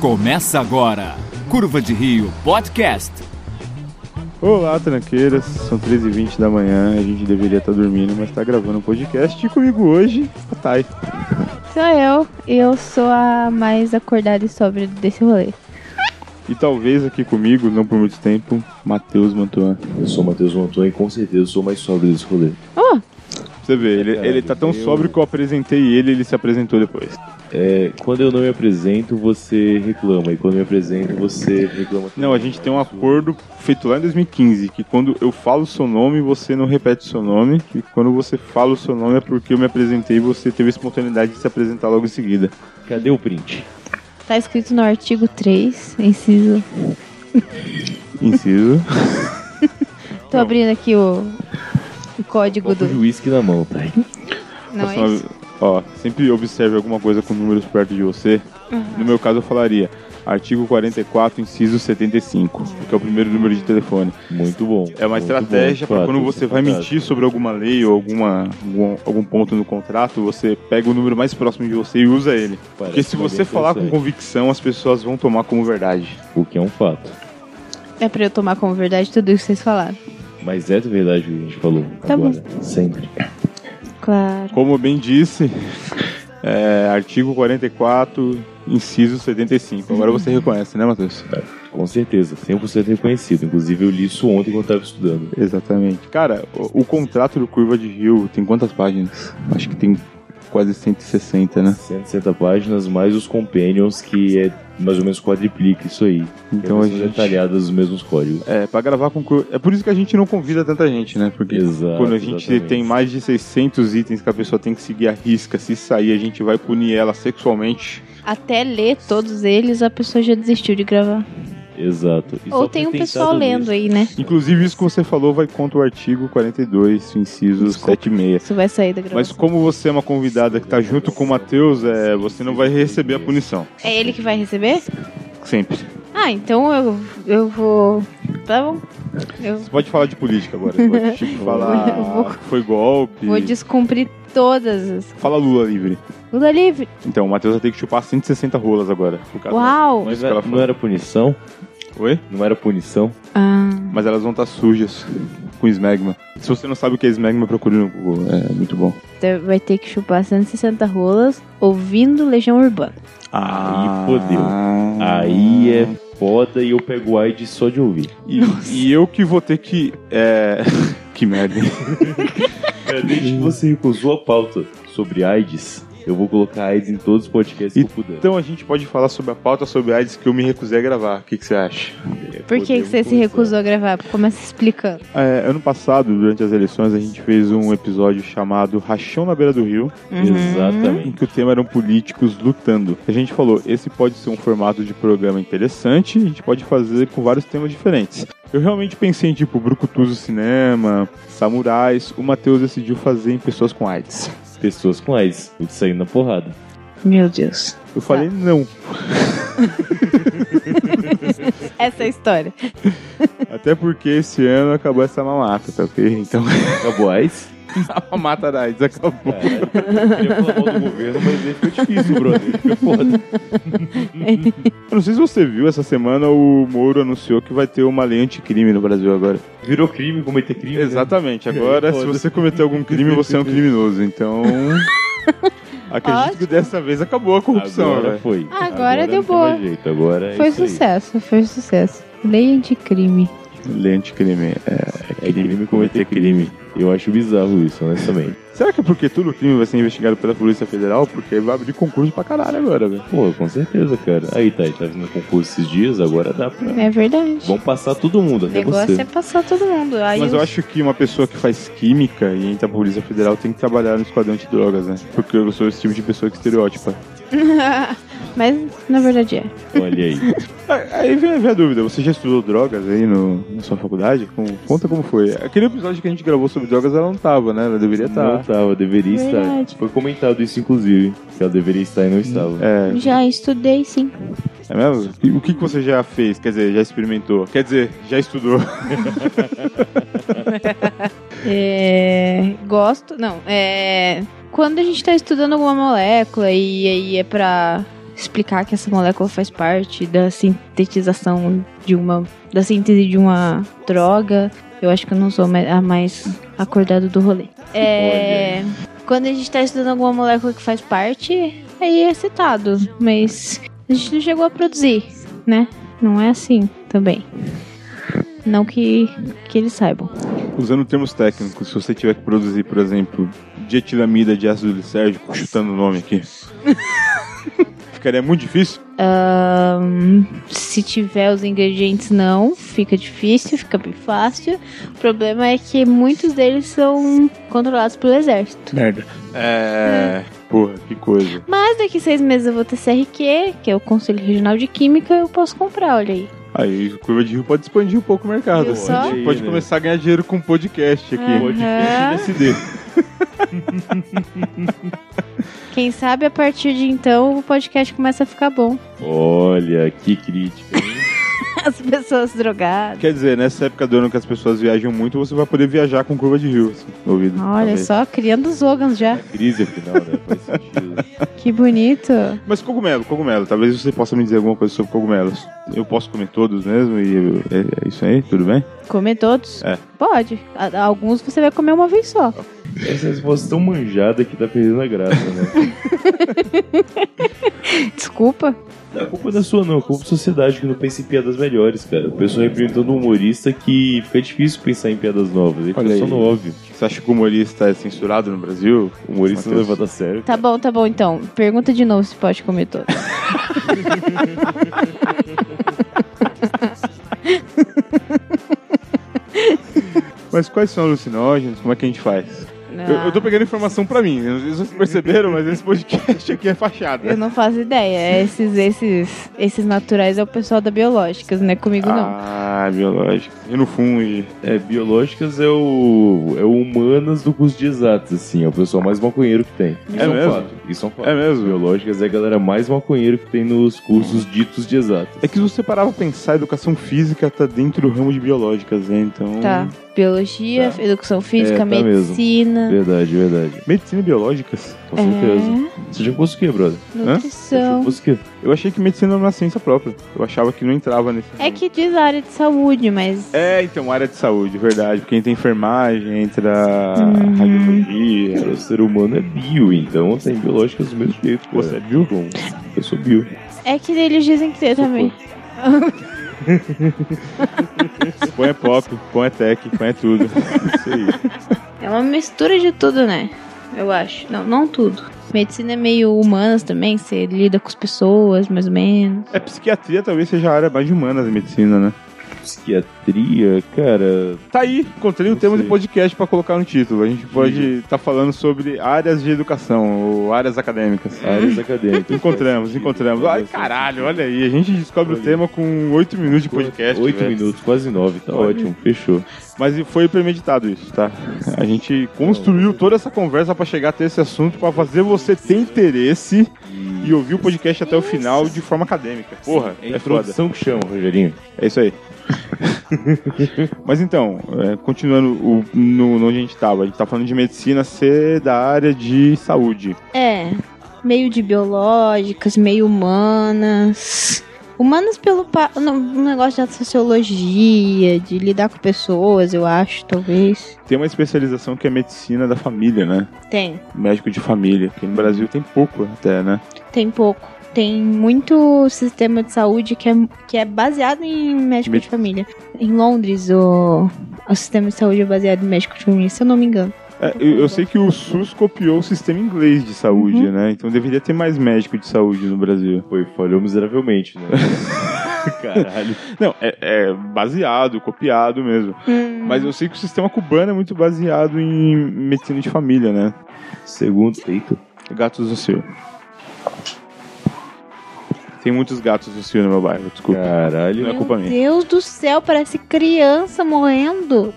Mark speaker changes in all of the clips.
Speaker 1: Começa agora, Curva de Rio Podcast.
Speaker 2: Olá, tranqueiras. São 13h20 da manhã. A gente deveria estar dormindo, mas está gravando um podcast. E comigo hoje, a Thay.
Speaker 3: Sou eu, e eu sou a mais acordada e sóbria desse rolê.
Speaker 2: E talvez aqui comigo, não por muito tempo, Matheus Mantuan.
Speaker 4: Eu sou o Matheus Montoya e com certeza sou o mais sóbrio desse rolê.
Speaker 3: Oh,
Speaker 2: Você vê, ele, ele tá tão
Speaker 4: eu-
Speaker 2: sóbrio que eu apresentei ele e ele se apresentou depois.
Speaker 4: É, quando eu não me apresento, você reclama. E quando eu me apresento, você reclama.
Speaker 2: Não, a gente tem um acordo feito lá em 2015, que quando eu falo o seu nome, você não repete o seu nome. E quando você fala o seu nome é porque eu me apresentei e você teve a espontaneidade de se apresentar logo em seguida.
Speaker 4: Cadê o print?
Speaker 3: tá escrito no artigo 3, inciso.
Speaker 2: Inciso.
Speaker 3: Tô abrindo aqui o, o código
Speaker 4: Copo de
Speaker 3: do.
Speaker 4: uísque na mão, tá?
Speaker 3: Não é
Speaker 2: Próxima
Speaker 3: isso?
Speaker 2: vez- Ó, sempre observe alguma coisa com números perto de você. No meu caso, eu falaria artigo 44, inciso 75, que é o primeiro número de telefone.
Speaker 4: Muito bom.
Speaker 2: É uma
Speaker 4: Muito
Speaker 2: estratégia
Speaker 4: bom,
Speaker 2: para
Speaker 4: fato,
Speaker 2: quando
Speaker 4: isso
Speaker 2: você
Speaker 4: é
Speaker 2: vai
Speaker 4: fantástico.
Speaker 2: mentir sobre alguma lei ou alguma, algum, algum ponto no contrato, você pega o número mais próximo de você e usa ele. Porque
Speaker 4: Parece
Speaker 2: se
Speaker 4: uma
Speaker 2: você falar com
Speaker 4: interessante,
Speaker 2: convicção, as pessoas vão tomar como verdade.
Speaker 4: O que é um fato.
Speaker 3: É pra eu tomar como verdade tudo isso que vocês falaram.
Speaker 4: Mas é de verdade o que a gente falou.
Speaker 3: Tá
Speaker 4: agora. Sempre.
Speaker 3: Claro.
Speaker 2: Como bem disse, é, artigo 44, inciso 75. Agora você reconhece, né, Matheus?
Speaker 4: Com certeza. 100% reconhecido. Inclusive, eu li isso ontem quando eu tava estudando.
Speaker 2: Exatamente. Cara, o, o contrato do Curva de Rio tem quantas páginas? Acho que tem quase 160, né?
Speaker 4: 160 páginas, mais os companions, que é mais ou menos quadriplica isso aí. É
Speaker 2: Então a
Speaker 4: Versões
Speaker 2: gente.
Speaker 4: detalhadas os mesmos códigos.
Speaker 2: É, pra gravar com. cur- É por isso que a gente não convida tanta gente, né? Porque
Speaker 4: Exato,
Speaker 2: quando a gente
Speaker 4: exatamente.
Speaker 2: tem mais de 600 itens que a pessoa tem que seguir a risca, se sair, a gente vai punir ela sexualmente.
Speaker 3: Até ler todos eles, a pessoa já desistiu de gravar.
Speaker 4: Exato. E só
Speaker 3: Ou tem um
Speaker 4: pra tentar
Speaker 3: pessoal
Speaker 4: tudo
Speaker 3: lendo
Speaker 4: isso-
Speaker 3: aí, né?
Speaker 2: Inclusive, isso que você falou vai contra o artigo 42, inciso
Speaker 3: Desculpa.
Speaker 2: 76.
Speaker 3: Isso vai sair da
Speaker 2: Mas
Speaker 3: gravação.
Speaker 2: como você é uma convidada que tá junto com o Matheus, é, você não vai receber a punição.
Speaker 3: É ele que vai receber?
Speaker 2: Sempre.
Speaker 3: Ah, então eu, eu vou. Tá bom. Eu
Speaker 2: Você pode falar de política agora. Você pode, tipo,
Speaker 3: Eu vou-
Speaker 2: falar foi golpe.
Speaker 3: vou descumprir todas as.
Speaker 2: Fala Lula livre.
Speaker 3: Lula livre!
Speaker 2: Então, o Matheus vai ter que chupar 160 rolas agora. por causa-
Speaker 3: Uau!
Speaker 4: Mas é,
Speaker 2: Isso que ela
Speaker 4: não
Speaker 2: falou.
Speaker 4: era punição?
Speaker 2: Oi?
Speaker 4: Não era punição?
Speaker 3: Ah.
Speaker 2: Mas elas vão estar sujas com esmegma. Se você não sabe o que é esmegma, procure no Google. É muito bom.
Speaker 3: Te- Então, vai ter que chupar 160 rolas ouvindo Legião Urbana.
Speaker 2: Ah.
Speaker 4: Aí fodeu. Aí é foda e eu pego o AIDS só de ouvir.
Speaker 2: E, e eu que vou ter que. É... que merda. hein?
Speaker 4: É, Desde que você recusou a pauta sobre AIDS, eu vou colocar AIDS em todos os podcasts que eu puder.
Speaker 2: Então a gente pode falar sobre a pauta sobre AIDS que eu me recusei a gravar. O que, que você acha?
Speaker 3: Por que, que você se recusou a gravar? Começa explicando.
Speaker 2: É, ano passado, durante as eleições, a gente fez um episódio chamado Rachão na Beira do Rio.
Speaker 3: Uhum.
Speaker 2: em
Speaker 4: Exatamente.
Speaker 2: que o tema eram políticos lutando. A gente falou, esse pode ser um formato de programa interessante, a gente pode fazer com vários temas diferentes. Eu realmente pensei em tipo Brucutus do cinema, samurais, o Matheus decidiu fazer em pessoas com AIDS.
Speaker 4: Pessoas com AIDS, eu te saindo na porrada.
Speaker 3: Meu Deus.
Speaker 2: Eu falei não,
Speaker 3: Essa é a história.
Speaker 2: até porque esse ano acabou essa mamata, tá ok? Então É.
Speaker 4: Acabou AIDS?
Speaker 2: a mamata da AIDS acabou.
Speaker 4: É, eu queria falar mal do governo, mas aí ficou difícil, brother. Ficou foda.
Speaker 2: Eu não sei se você viu, essa semana o Moro anunciou que vai ter uma lei anticrime no Brasil agora.
Speaker 4: Virou crime cometer crime. né?
Speaker 2: Exatamente. Agora, se você cometer algum crime, você é um criminoso. Então. Acredito que dessa vez acabou a corrupção, né?
Speaker 4: Agora
Speaker 2: velho.
Speaker 4: foi.
Speaker 3: Agora deu
Speaker 4: não tem
Speaker 3: boa.
Speaker 4: mais jeito, Agora é
Speaker 3: foi
Speaker 4: isso aí.
Speaker 3: sucesso, foi sucesso. Lei anticrime.
Speaker 2: Lente crime. É,
Speaker 4: É crime cometer crime. Eu acho bizarro isso, honestamente.
Speaker 2: Será que é porque todo crime vai ser investigado pela Polícia Federal? Porque vai abrir concurso pra caralho agora, velho.
Speaker 4: Pô, com certeza, cara. Aí, Thay, tá vindo concurso esses dias, agora dá pra.
Speaker 3: É verdade.
Speaker 4: Vão passar todo mundo,
Speaker 3: o
Speaker 4: até
Speaker 3: negócio
Speaker 4: você.
Speaker 3: é passar todo mundo. Aí
Speaker 2: Mas
Speaker 3: os-
Speaker 2: eu acho que uma pessoa que faz química e entra pra Polícia Federal tem que trabalhar no esquadrão de drogas, né? Porque eu sou esse tipo de pessoa que estereótipa.
Speaker 3: Mas na verdade é.
Speaker 4: Olha aí.
Speaker 2: Aí- Aí vem vem a dúvida, você já estudou drogas aí no, na sua faculdade? Com- conta como foi. Aquele episódio que a gente gravou sobre drogas, ela não tava, né? Ela deveria estar.
Speaker 4: Não tava, deveria
Speaker 3: Verdade.
Speaker 4: estar. Foi comentado isso, inclusive, que ela deveria estar e não estava.
Speaker 2: É,
Speaker 3: Já estudei sim.
Speaker 2: É mesmo? E O que, que você já fez? Quer dizer, já experimentou? Quer dizer, já estudou?
Speaker 3: É, gosto. Não, é. Quando a gente tá estudando alguma molécula e aí é pra explicar que essa molécula faz parte da sintetização de uma. da síntese de uma droga. Eu acho que eu não sou mais- a mais acordado do rolê. É. Quando a gente tá estudando alguma molécula que faz parte, aí é citado. Mas a gente não chegou a produzir, né? Não é assim também. Não que, que eles saibam.
Speaker 2: Usando termos técnicos, se você tiver que produzir, por exemplo, dietilamida de ácido lisérgico, chutando o nome aqui, ficaria muito difícil.
Speaker 3: Ahn, se tiver os ingredientes, não. Fica difícil, fica bem fácil. O problema é que muitos deles são controlados pelo exército.
Speaker 2: Merda. É. Porra, que coisa.
Speaker 3: Mas daqui seis meses eu vou ter CRQ, que é o Conselho Regional de Química, eu posso comprar, olha aí.
Speaker 2: Aí, o Curva de Rio pode expandir um pouco o mercado.
Speaker 3: Viu só?
Speaker 2: A gente pode começar a ganhar dinheiro com podcast
Speaker 3: Aham.
Speaker 2: aqui. Podcast LSD.
Speaker 3: Quem sabe a partir de então o podcast começa a ficar bom.
Speaker 4: Olha, que crítica. hein?
Speaker 3: As pessoas drogadas.
Speaker 2: Quer dizer, nessa época do ano que as pessoas viajam muito, você vai poder viajar com Curva de Rio, assim, no ouvido.
Speaker 3: Olha
Speaker 2: Talvez.
Speaker 3: só, criando slogans já.
Speaker 4: Crise afinal, né? Faz sentido.
Speaker 3: Que bonito.
Speaker 2: Mas cogumelo, cogumelo, talvez você possa me dizer alguma coisa sobre cogumelos. Eu posso comer todos mesmo e eu- é, é isso aí, tudo bem?
Speaker 3: Comer todos?
Speaker 2: É.
Speaker 3: Pode. A- Alguns você vai comer uma vez só.
Speaker 4: Essa resposta tão manjada que tá perdendo a graça, né?
Speaker 3: Desculpa.
Speaker 4: Não, A culpa não é sua, não. A culpa da sociedade que não pensa em piadas melhores, cara. O pessoal representando um humorista que fica difícil pensar em piadas novas. Ele
Speaker 2: Olha
Speaker 4: fica só
Speaker 2: aí.
Speaker 4: no óbvio.
Speaker 2: Você acha que o humorista é censurado no Brasil?
Speaker 4: O humorista não
Speaker 2: Mateus.
Speaker 4: levado a sério.
Speaker 3: Tá bom, tá bom então. Pergunta de novo se pode comer todos.
Speaker 2: Mas quais são alucinógenos? Como é que a gente faz?
Speaker 3: Ah.
Speaker 2: Eu, eu tô pegando informação pra mim. Não sei se Vocês perceberam, mas esse podcast aqui é fachada.
Speaker 3: Eu não faço ideia. Esses, esses, esses naturais é o pessoal da Biológicas, não é comigo não.
Speaker 2: Ah, biológico. E no fungo.
Speaker 4: É, biológicas é o, é o humanas do curso de exatas, assim. É o pessoal mais maconheiro que tem. Isso
Speaker 2: É mesmo?
Speaker 4: fato. Isso é um fato.
Speaker 2: É mesmo?
Speaker 4: Biológicas é a galera mais maconheiro que tem nos cursos ditos de exatas.
Speaker 2: É que se você parar pra pensar, a educação física tá dentro do ramo de biológicas, né? Então.
Speaker 3: Tá. Biologia,
Speaker 4: Tá.
Speaker 3: educação
Speaker 4: É,
Speaker 3: física,
Speaker 4: tá mesmo.
Speaker 3: medicina.
Speaker 4: Verdade, verdade.
Speaker 2: Medicina e biológicas?
Speaker 4: Com certeza.
Speaker 3: É, Então.
Speaker 4: Você já curso o quê, brother? Você já
Speaker 3: nutrição.
Speaker 4: curso o quê?
Speaker 2: Eu achei que medicina era uma ciência própria. Eu achava que não entrava nesse.
Speaker 3: É que diz a área de saúde, mas.
Speaker 2: É, então, área de saúde, verdade. Porque entra enfermagem, entra
Speaker 3: Uhum.
Speaker 2: radiologia.
Speaker 4: Cara, o ser humano é bio, então tem biológicas do mesmo jeito. cara.
Speaker 2: Você é bio?
Speaker 4: Bom, eu sou bio.
Speaker 3: É que eles dizem que tem também.
Speaker 2: Põe é pop, põe é tech, põe é tudo. Isso aí.
Speaker 3: É uma mistura de tudo, né? Eu acho. Não, não tudo. Medicina é meio humanas também, você lida com as pessoas, mais ou menos.
Speaker 2: É psiquiatria, talvez seja a área mais de humana da medicina, né?
Speaker 4: Psiquiatria, cara.
Speaker 2: Tá aí, encontrei o
Speaker 4: Não
Speaker 2: tema
Speaker 4: sei.
Speaker 2: de podcast pra colocar no título. A gente pode estar falando sobre áreas de educação ou áreas acadêmicas.
Speaker 4: Áreas acadêmicas.
Speaker 2: Encontramos, encontramos. Ai, caralho, olha aí. A gente descobre o
Speaker 4: Olha.
Speaker 2: tema com oito minutos de podcast.
Speaker 4: Oito
Speaker 2: velho.
Speaker 4: minutos, quase nove, tá
Speaker 2: Olha.
Speaker 4: ótimo, fechou.
Speaker 2: Mas foi premeditado isso, tá? A gente construiu toda essa conversa pra chegar até esse assunto, pra fazer você ter interesse e ouvir o podcast até o final de forma acadêmica. Porra,
Speaker 4: É
Speaker 2: é foda.
Speaker 4: introdução que chama, Rogerinho.
Speaker 2: É isso aí. Mas então, é, continuando o, no, no onde a gente tava, a gente tá falando de medicina ser da área de saúde.
Speaker 3: É. Meio de biológicas, meio humanas. Humanas pelo pa- no- no negócio da sociologia, de lidar com pessoas, eu acho, talvez.
Speaker 2: Tem uma especialização que é medicina da família, né?
Speaker 3: Tem.
Speaker 2: Médico de família, que no Brasil tem pouco até, né?
Speaker 3: Tem pouco. Tem muito sistema de saúde que é, que é baseado em médico
Speaker 2: Me-
Speaker 3: de família. Em Londres, o, o sistema de saúde é baseado em médico de família, se eu não me engano.
Speaker 2: É, eu, eu sei que o SUS copiou o sistema inglês de saúde,
Speaker 3: Uhum.
Speaker 2: né? Então deveria ter mais médico de saúde no Brasil.
Speaker 4: Foi, falhou miseravelmente, né? Caralho.
Speaker 2: Não, é, é baseado, copiado mesmo.
Speaker 3: Hum.
Speaker 2: Mas eu sei que o sistema cubano é muito baseado em medicina de família, né?
Speaker 4: Segundo peito.
Speaker 2: Gatos do Cio. Tem muitos gatos do Cio no meu bairro, desculpa.
Speaker 4: Caralho.
Speaker 2: Não é
Speaker 3: Meu
Speaker 2: culpa minha.
Speaker 3: Deus do céu, parece criança morrendo.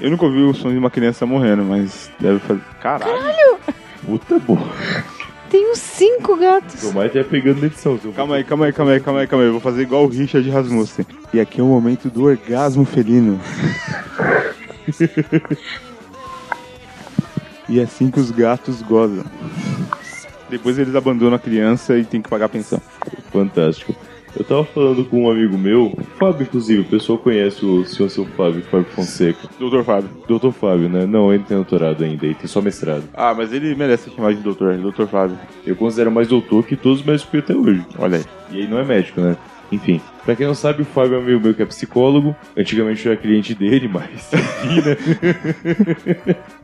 Speaker 2: Eu nunca ouvi o som de uma criança morrendo, mas deve fazer. Caralho!
Speaker 4: Puta boa.
Speaker 3: Tem uns cinco gatos.
Speaker 4: Tomás já pegando na edição. Seu
Speaker 2: Calma aí, calma aí, calma aí, calma aí, calma aí. Eu Vou fazer igual o Richard Rasmussen. E aqui é o momento do orgasmo felino. e é assim que os gatos gozam. Depois eles abandonam a criança e tem que pagar a pensão.
Speaker 4: Fantástico. Eu tava falando com um amigo meu, Fábio, inclusive, o pessoal conhece o senhor seu Fábio, Fábio Fonseca.
Speaker 2: Doutor Fábio.
Speaker 4: Doutor Fábio, né? Não, ele não tem doutorado ainda, ele tem só mestrado.
Speaker 2: Ah, mas ele merece ser chamado de doutor, doutor Fábio.
Speaker 4: Eu considero mais doutor que todos os médicos que eu até hoje.
Speaker 2: Olha aí.
Speaker 4: E ele não é médico, né? Enfim, pra quem não sabe, o Fábio é um amigo meu que é psicólogo. Antigamente eu era cliente dele, mas.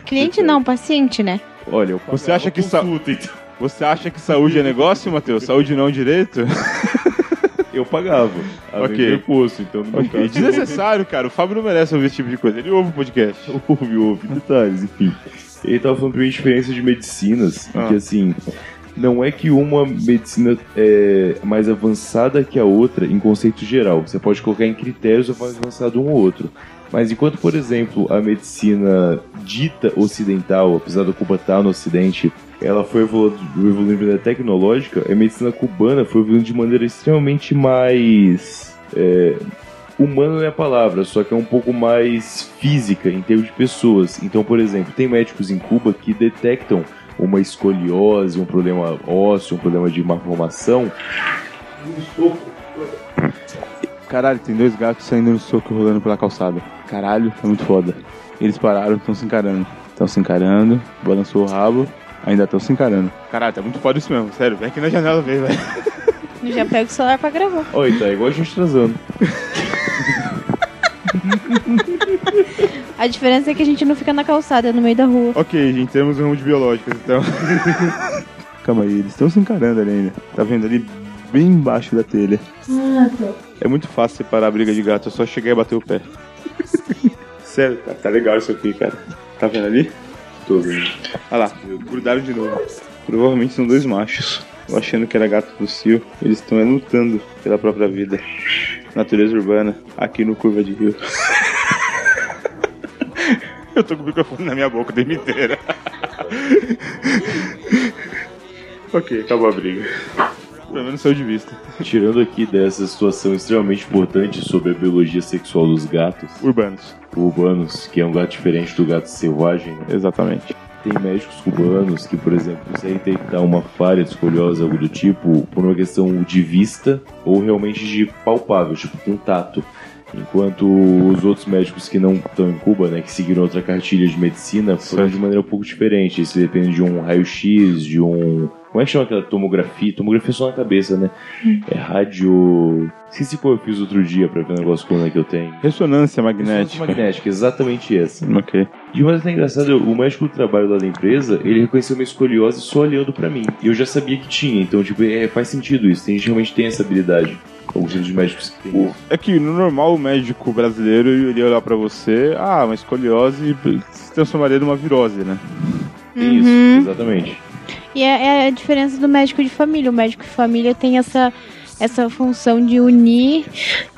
Speaker 3: Cliente não, paciente, né?
Speaker 4: Olha, eu
Speaker 2: Você acha que sa-
Speaker 4: consulta, então.
Speaker 2: Você acha que saúde é negócio, Matheus? Saúde não é um direito?
Speaker 4: Eu pagava.
Speaker 2: Ok.
Speaker 4: Ok. Imposto, então no meu
Speaker 2: Ok,
Speaker 4: caso,
Speaker 2: É desnecessário, cara. O Fábio não merece ouvir esse tipo de coisa. Ele ouve o podcast.
Speaker 4: Houve, houve detalhes, enfim. Ele tava falando pra mim de diferença de medicinas,
Speaker 2: Ah.
Speaker 4: que assim, não é que uma medicina é mais avançada que a outra em conceito geral. Você pode colocar em critérios mais avançado um ou outro. Mas enquanto, por exemplo, a medicina dita ocidental, apesar da Cuba estar no ocidente, ela foi evolu- evoluindo de maneira tecnológica, a medicina cubana foi evoluindo de maneira extremamente mais humano não é a palavra, só que é um pouco mais física em termos de pessoas. Então, por exemplo, tem médicos em Cuba que detectam uma escoliose, um problema ósseo, um problema de malformação.
Speaker 2: Caralho, tem dois gatos saindo no soco e rolando pela calçada. Caralho, é muito foda. Eles pararam, estão se encarando. Estão se encarando, balançou o rabo, ainda estão se encarando. Caralho, tá muito foda isso mesmo, sério. Vem aqui na janela ver, velho.
Speaker 3: Eu já pego o celular pra gravar.
Speaker 4: Olha, tá igual a gente transando.
Speaker 3: A diferença é que a gente não fica na calçada, é no meio da rua.
Speaker 2: Ok, gente, temos um ramo de biológicas, então. Calma aí, eles estão se encarando ali ainda. Tá vendo ali bem embaixo da telha. É muito fácil separar a briga de gato, eu só cheguei e bater o pé. Sério, tá, tá legal isso aqui, cara. Tá vendo ali?
Speaker 4: Tô vendo.
Speaker 2: Olha lá, grudaram de novo. Provavelmente são dois machos. Eu achando que era gato do Cio, eles estão é, lutando pela própria vida. Natureza urbana, aqui no Curva de Rio. eu tô com o microfone na minha boca o tempo inteiro. ok, acabou a briga. Pelo menos saiu de vista.
Speaker 4: Tirando aqui dessa situação extremamente importante sobre a biologia sexual dos gatos
Speaker 2: Urbanos.
Speaker 4: cubanos, que é um gato diferente do gato selvagem, né?
Speaker 2: Exatamente.
Speaker 4: Tem médicos cubanos que, por exemplo, conseguem detectar uma falha de escoliose, algo do tipo, por uma questão de vista ou realmente de palpável, tipo contato. Enquanto os outros médicos que não estão em Cuba, né, que seguiram outra cartilha de medicina, foram
Speaker 2: Certo.
Speaker 4: de maneira um pouco diferente. Isso depende de um raio-x, de um. Como é que chama aquela tomografia? Tomografia é só na cabeça, né? É rádio. Esqueci qual eu fiz outro dia pra ver o negócio coluna que eu tenho.
Speaker 2: Ressonância
Speaker 4: Ressonância
Speaker 2: magnética.
Speaker 4: magnética, exatamente essa.
Speaker 2: Ok.
Speaker 4: E uma coisa engraçada, o médico do trabalho lá da empresa, ele reconheceu uma escoliose só olhando pra mim. E eu já sabia que tinha, então, tipo, é, faz sentido isso. Tem gente que realmente tem essa habilidade. Alguns tipos de médicos que tem.
Speaker 2: É que no normal o médico brasileiro iria olhar pra você, ah, uma escoliose se transformaria numa virose, né?
Speaker 4: Isso,
Speaker 3: Uhum.
Speaker 4: exatamente.
Speaker 3: E é, é a diferença do médico de família. O médico de família tem essa, essa função de unir,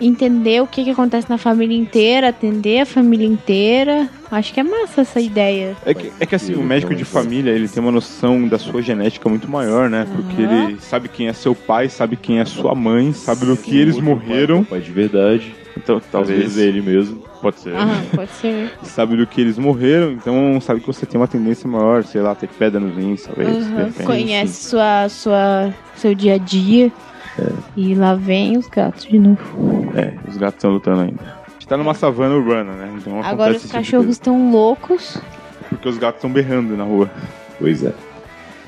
Speaker 3: entender o que, que acontece na família inteira, atender a família inteira. Acho que é massa essa ideia.
Speaker 2: É que, é que assim, o médico de família, ele tem uma noção da sua genética muito maior, né? Porque
Speaker 3: Aham.
Speaker 2: ele sabe quem é seu pai, sabe quem é sua mãe, sabe no que eles
Speaker 4: Outro pai,
Speaker 2: morreram.
Speaker 4: Pai de verdade.
Speaker 2: Então,
Speaker 4: Talvez ele mesmo.
Speaker 2: Pode ser.
Speaker 3: Aham, pode ser.
Speaker 2: Sabe do que eles morreram, então sabe que você tem uma tendência maior, sei lá, ter pedra nos rins, talvez. de
Speaker 3: Aham.
Speaker 2: repente.
Speaker 3: Conhece sua, sua, seu dia a dia. E lá vem os gatos de novo.
Speaker 2: É, os gatos estão lutando ainda. A gente tá numa savana urbana, né? Então acontece
Speaker 3: Agora
Speaker 2: esse
Speaker 3: os
Speaker 2: tipo de
Speaker 3: cachorros estão loucos.
Speaker 2: coisa. porque os gatos estão berrando na rua.
Speaker 4: Pois é.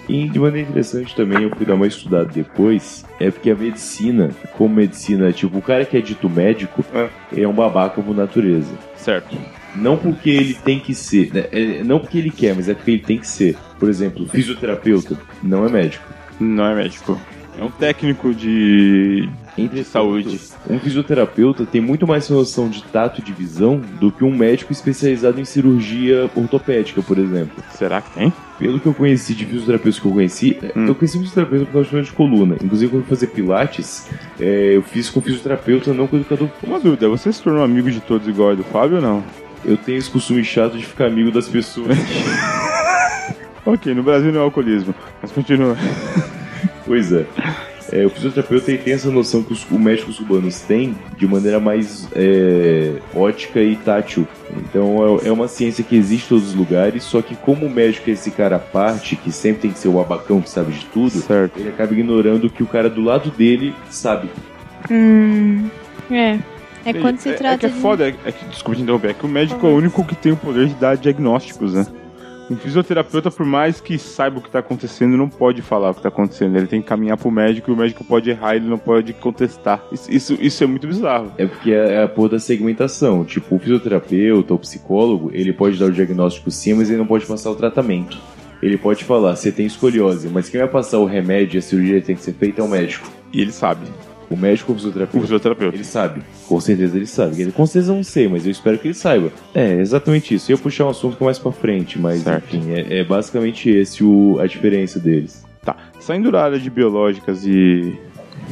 Speaker 4: E de maneira interessante também, eu fui dar uma estudada depois, é porque a medicina, como medicina, tipo, o cara que é dito médico,
Speaker 2: É.
Speaker 4: ele é um babaca por natureza.
Speaker 2: Certo.
Speaker 4: Não porque ele tem que ser, né? É, não porque ele quer, mas é porque ele tem que ser. Por exemplo, fisioterapeuta não é médico.
Speaker 2: Não é médico. É um técnico de.
Speaker 4: Entre
Speaker 2: De saúde.
Speaker 4: Um fisioterapeuta tem muito mais noção de tato e de visão do que um médico especializado em cirurgia ortopédica, por exemplo.
Speaker 2: Será que tem?
Speaker 4: Pelo que eu conheci de fisioterapeutas que eu conheci, é,
Speaker 2: Hum.
Speaker 4: eu conheci um fisioterapeuta por causa de problema de coluna. Inclusive, quando eu fui fazer pilates, é, eu fiz com fisioterapeuta, não com educador.
Speaker 2: Uma dúvida, você se tornou amigo de todos igual ao do Fábio ou não?
Speaker 4: Eu tenho esse costume chato de ficar amigo das pessoas.
Speaker 2: Ok, no Brasil não é alcoolismo. Mas continua.
Speaker 4: Pois é. É, o fisioterapeuta ele tem essa noção que os, os médicos cubanos têm de maneira mais é, ótica e tátil. Então é, é uma ciência que existe em todos os lugares, só que como o médico é esse cara à parte, que sempre tem que ser o abacão que sabe de tudo,
Speaker 2: Certo.
Speaker 4: ele acaba ignorando que o cara do lado dele sabe.
Speaker 3: Hum, é. É quando se
Speaker 2: é,
Speaker 3: trata
Speaker 2: é que é
Speaker 3: de...
Speaker 2: foda, é que, desculpa te interromper, é que o médico é o único que tem o poder de dar diagnósticos, né? Um fisioterapeuta, por mais que saiba o que tá acontecendo, não pode falar o que tá acontecendo. Ele tem que caminhar pro médico e o médico pode errar, ele não pode contestar. Isso, isso, isso é muito bizarro.
Speaker 4: É porque é é a porra da segmentação. Tipo, o fisioterapeuta ou psicólogo, ele pode dar o diagnóstico sim, mas ele não pode passar o tratamento. Ele pode falar, você tem escoliose, mas quem vai passar o remédio e a cirurgia que tem que ser feita é o médico.
Speaker 2: E ele sabe,
Speaker 4: O médico ou
Speaker 2: o
Speaker 4: o fisioterapeuta.
Speaker 2: fisioterapeuta.
Speaker 4: Ele sabe, com certeza ele sabe. Ele, com certeza eu não sei, mas eu espero que ele saiba. É, exatamente isso. Eu ia puxar um assunto que é mais pra frente, mas
Speaker 2: Certo.
Speaker 4: enfim, é, é basicamente esse o, a diferença deles.
Speaker 2: Tá, saindo da área de biológicas e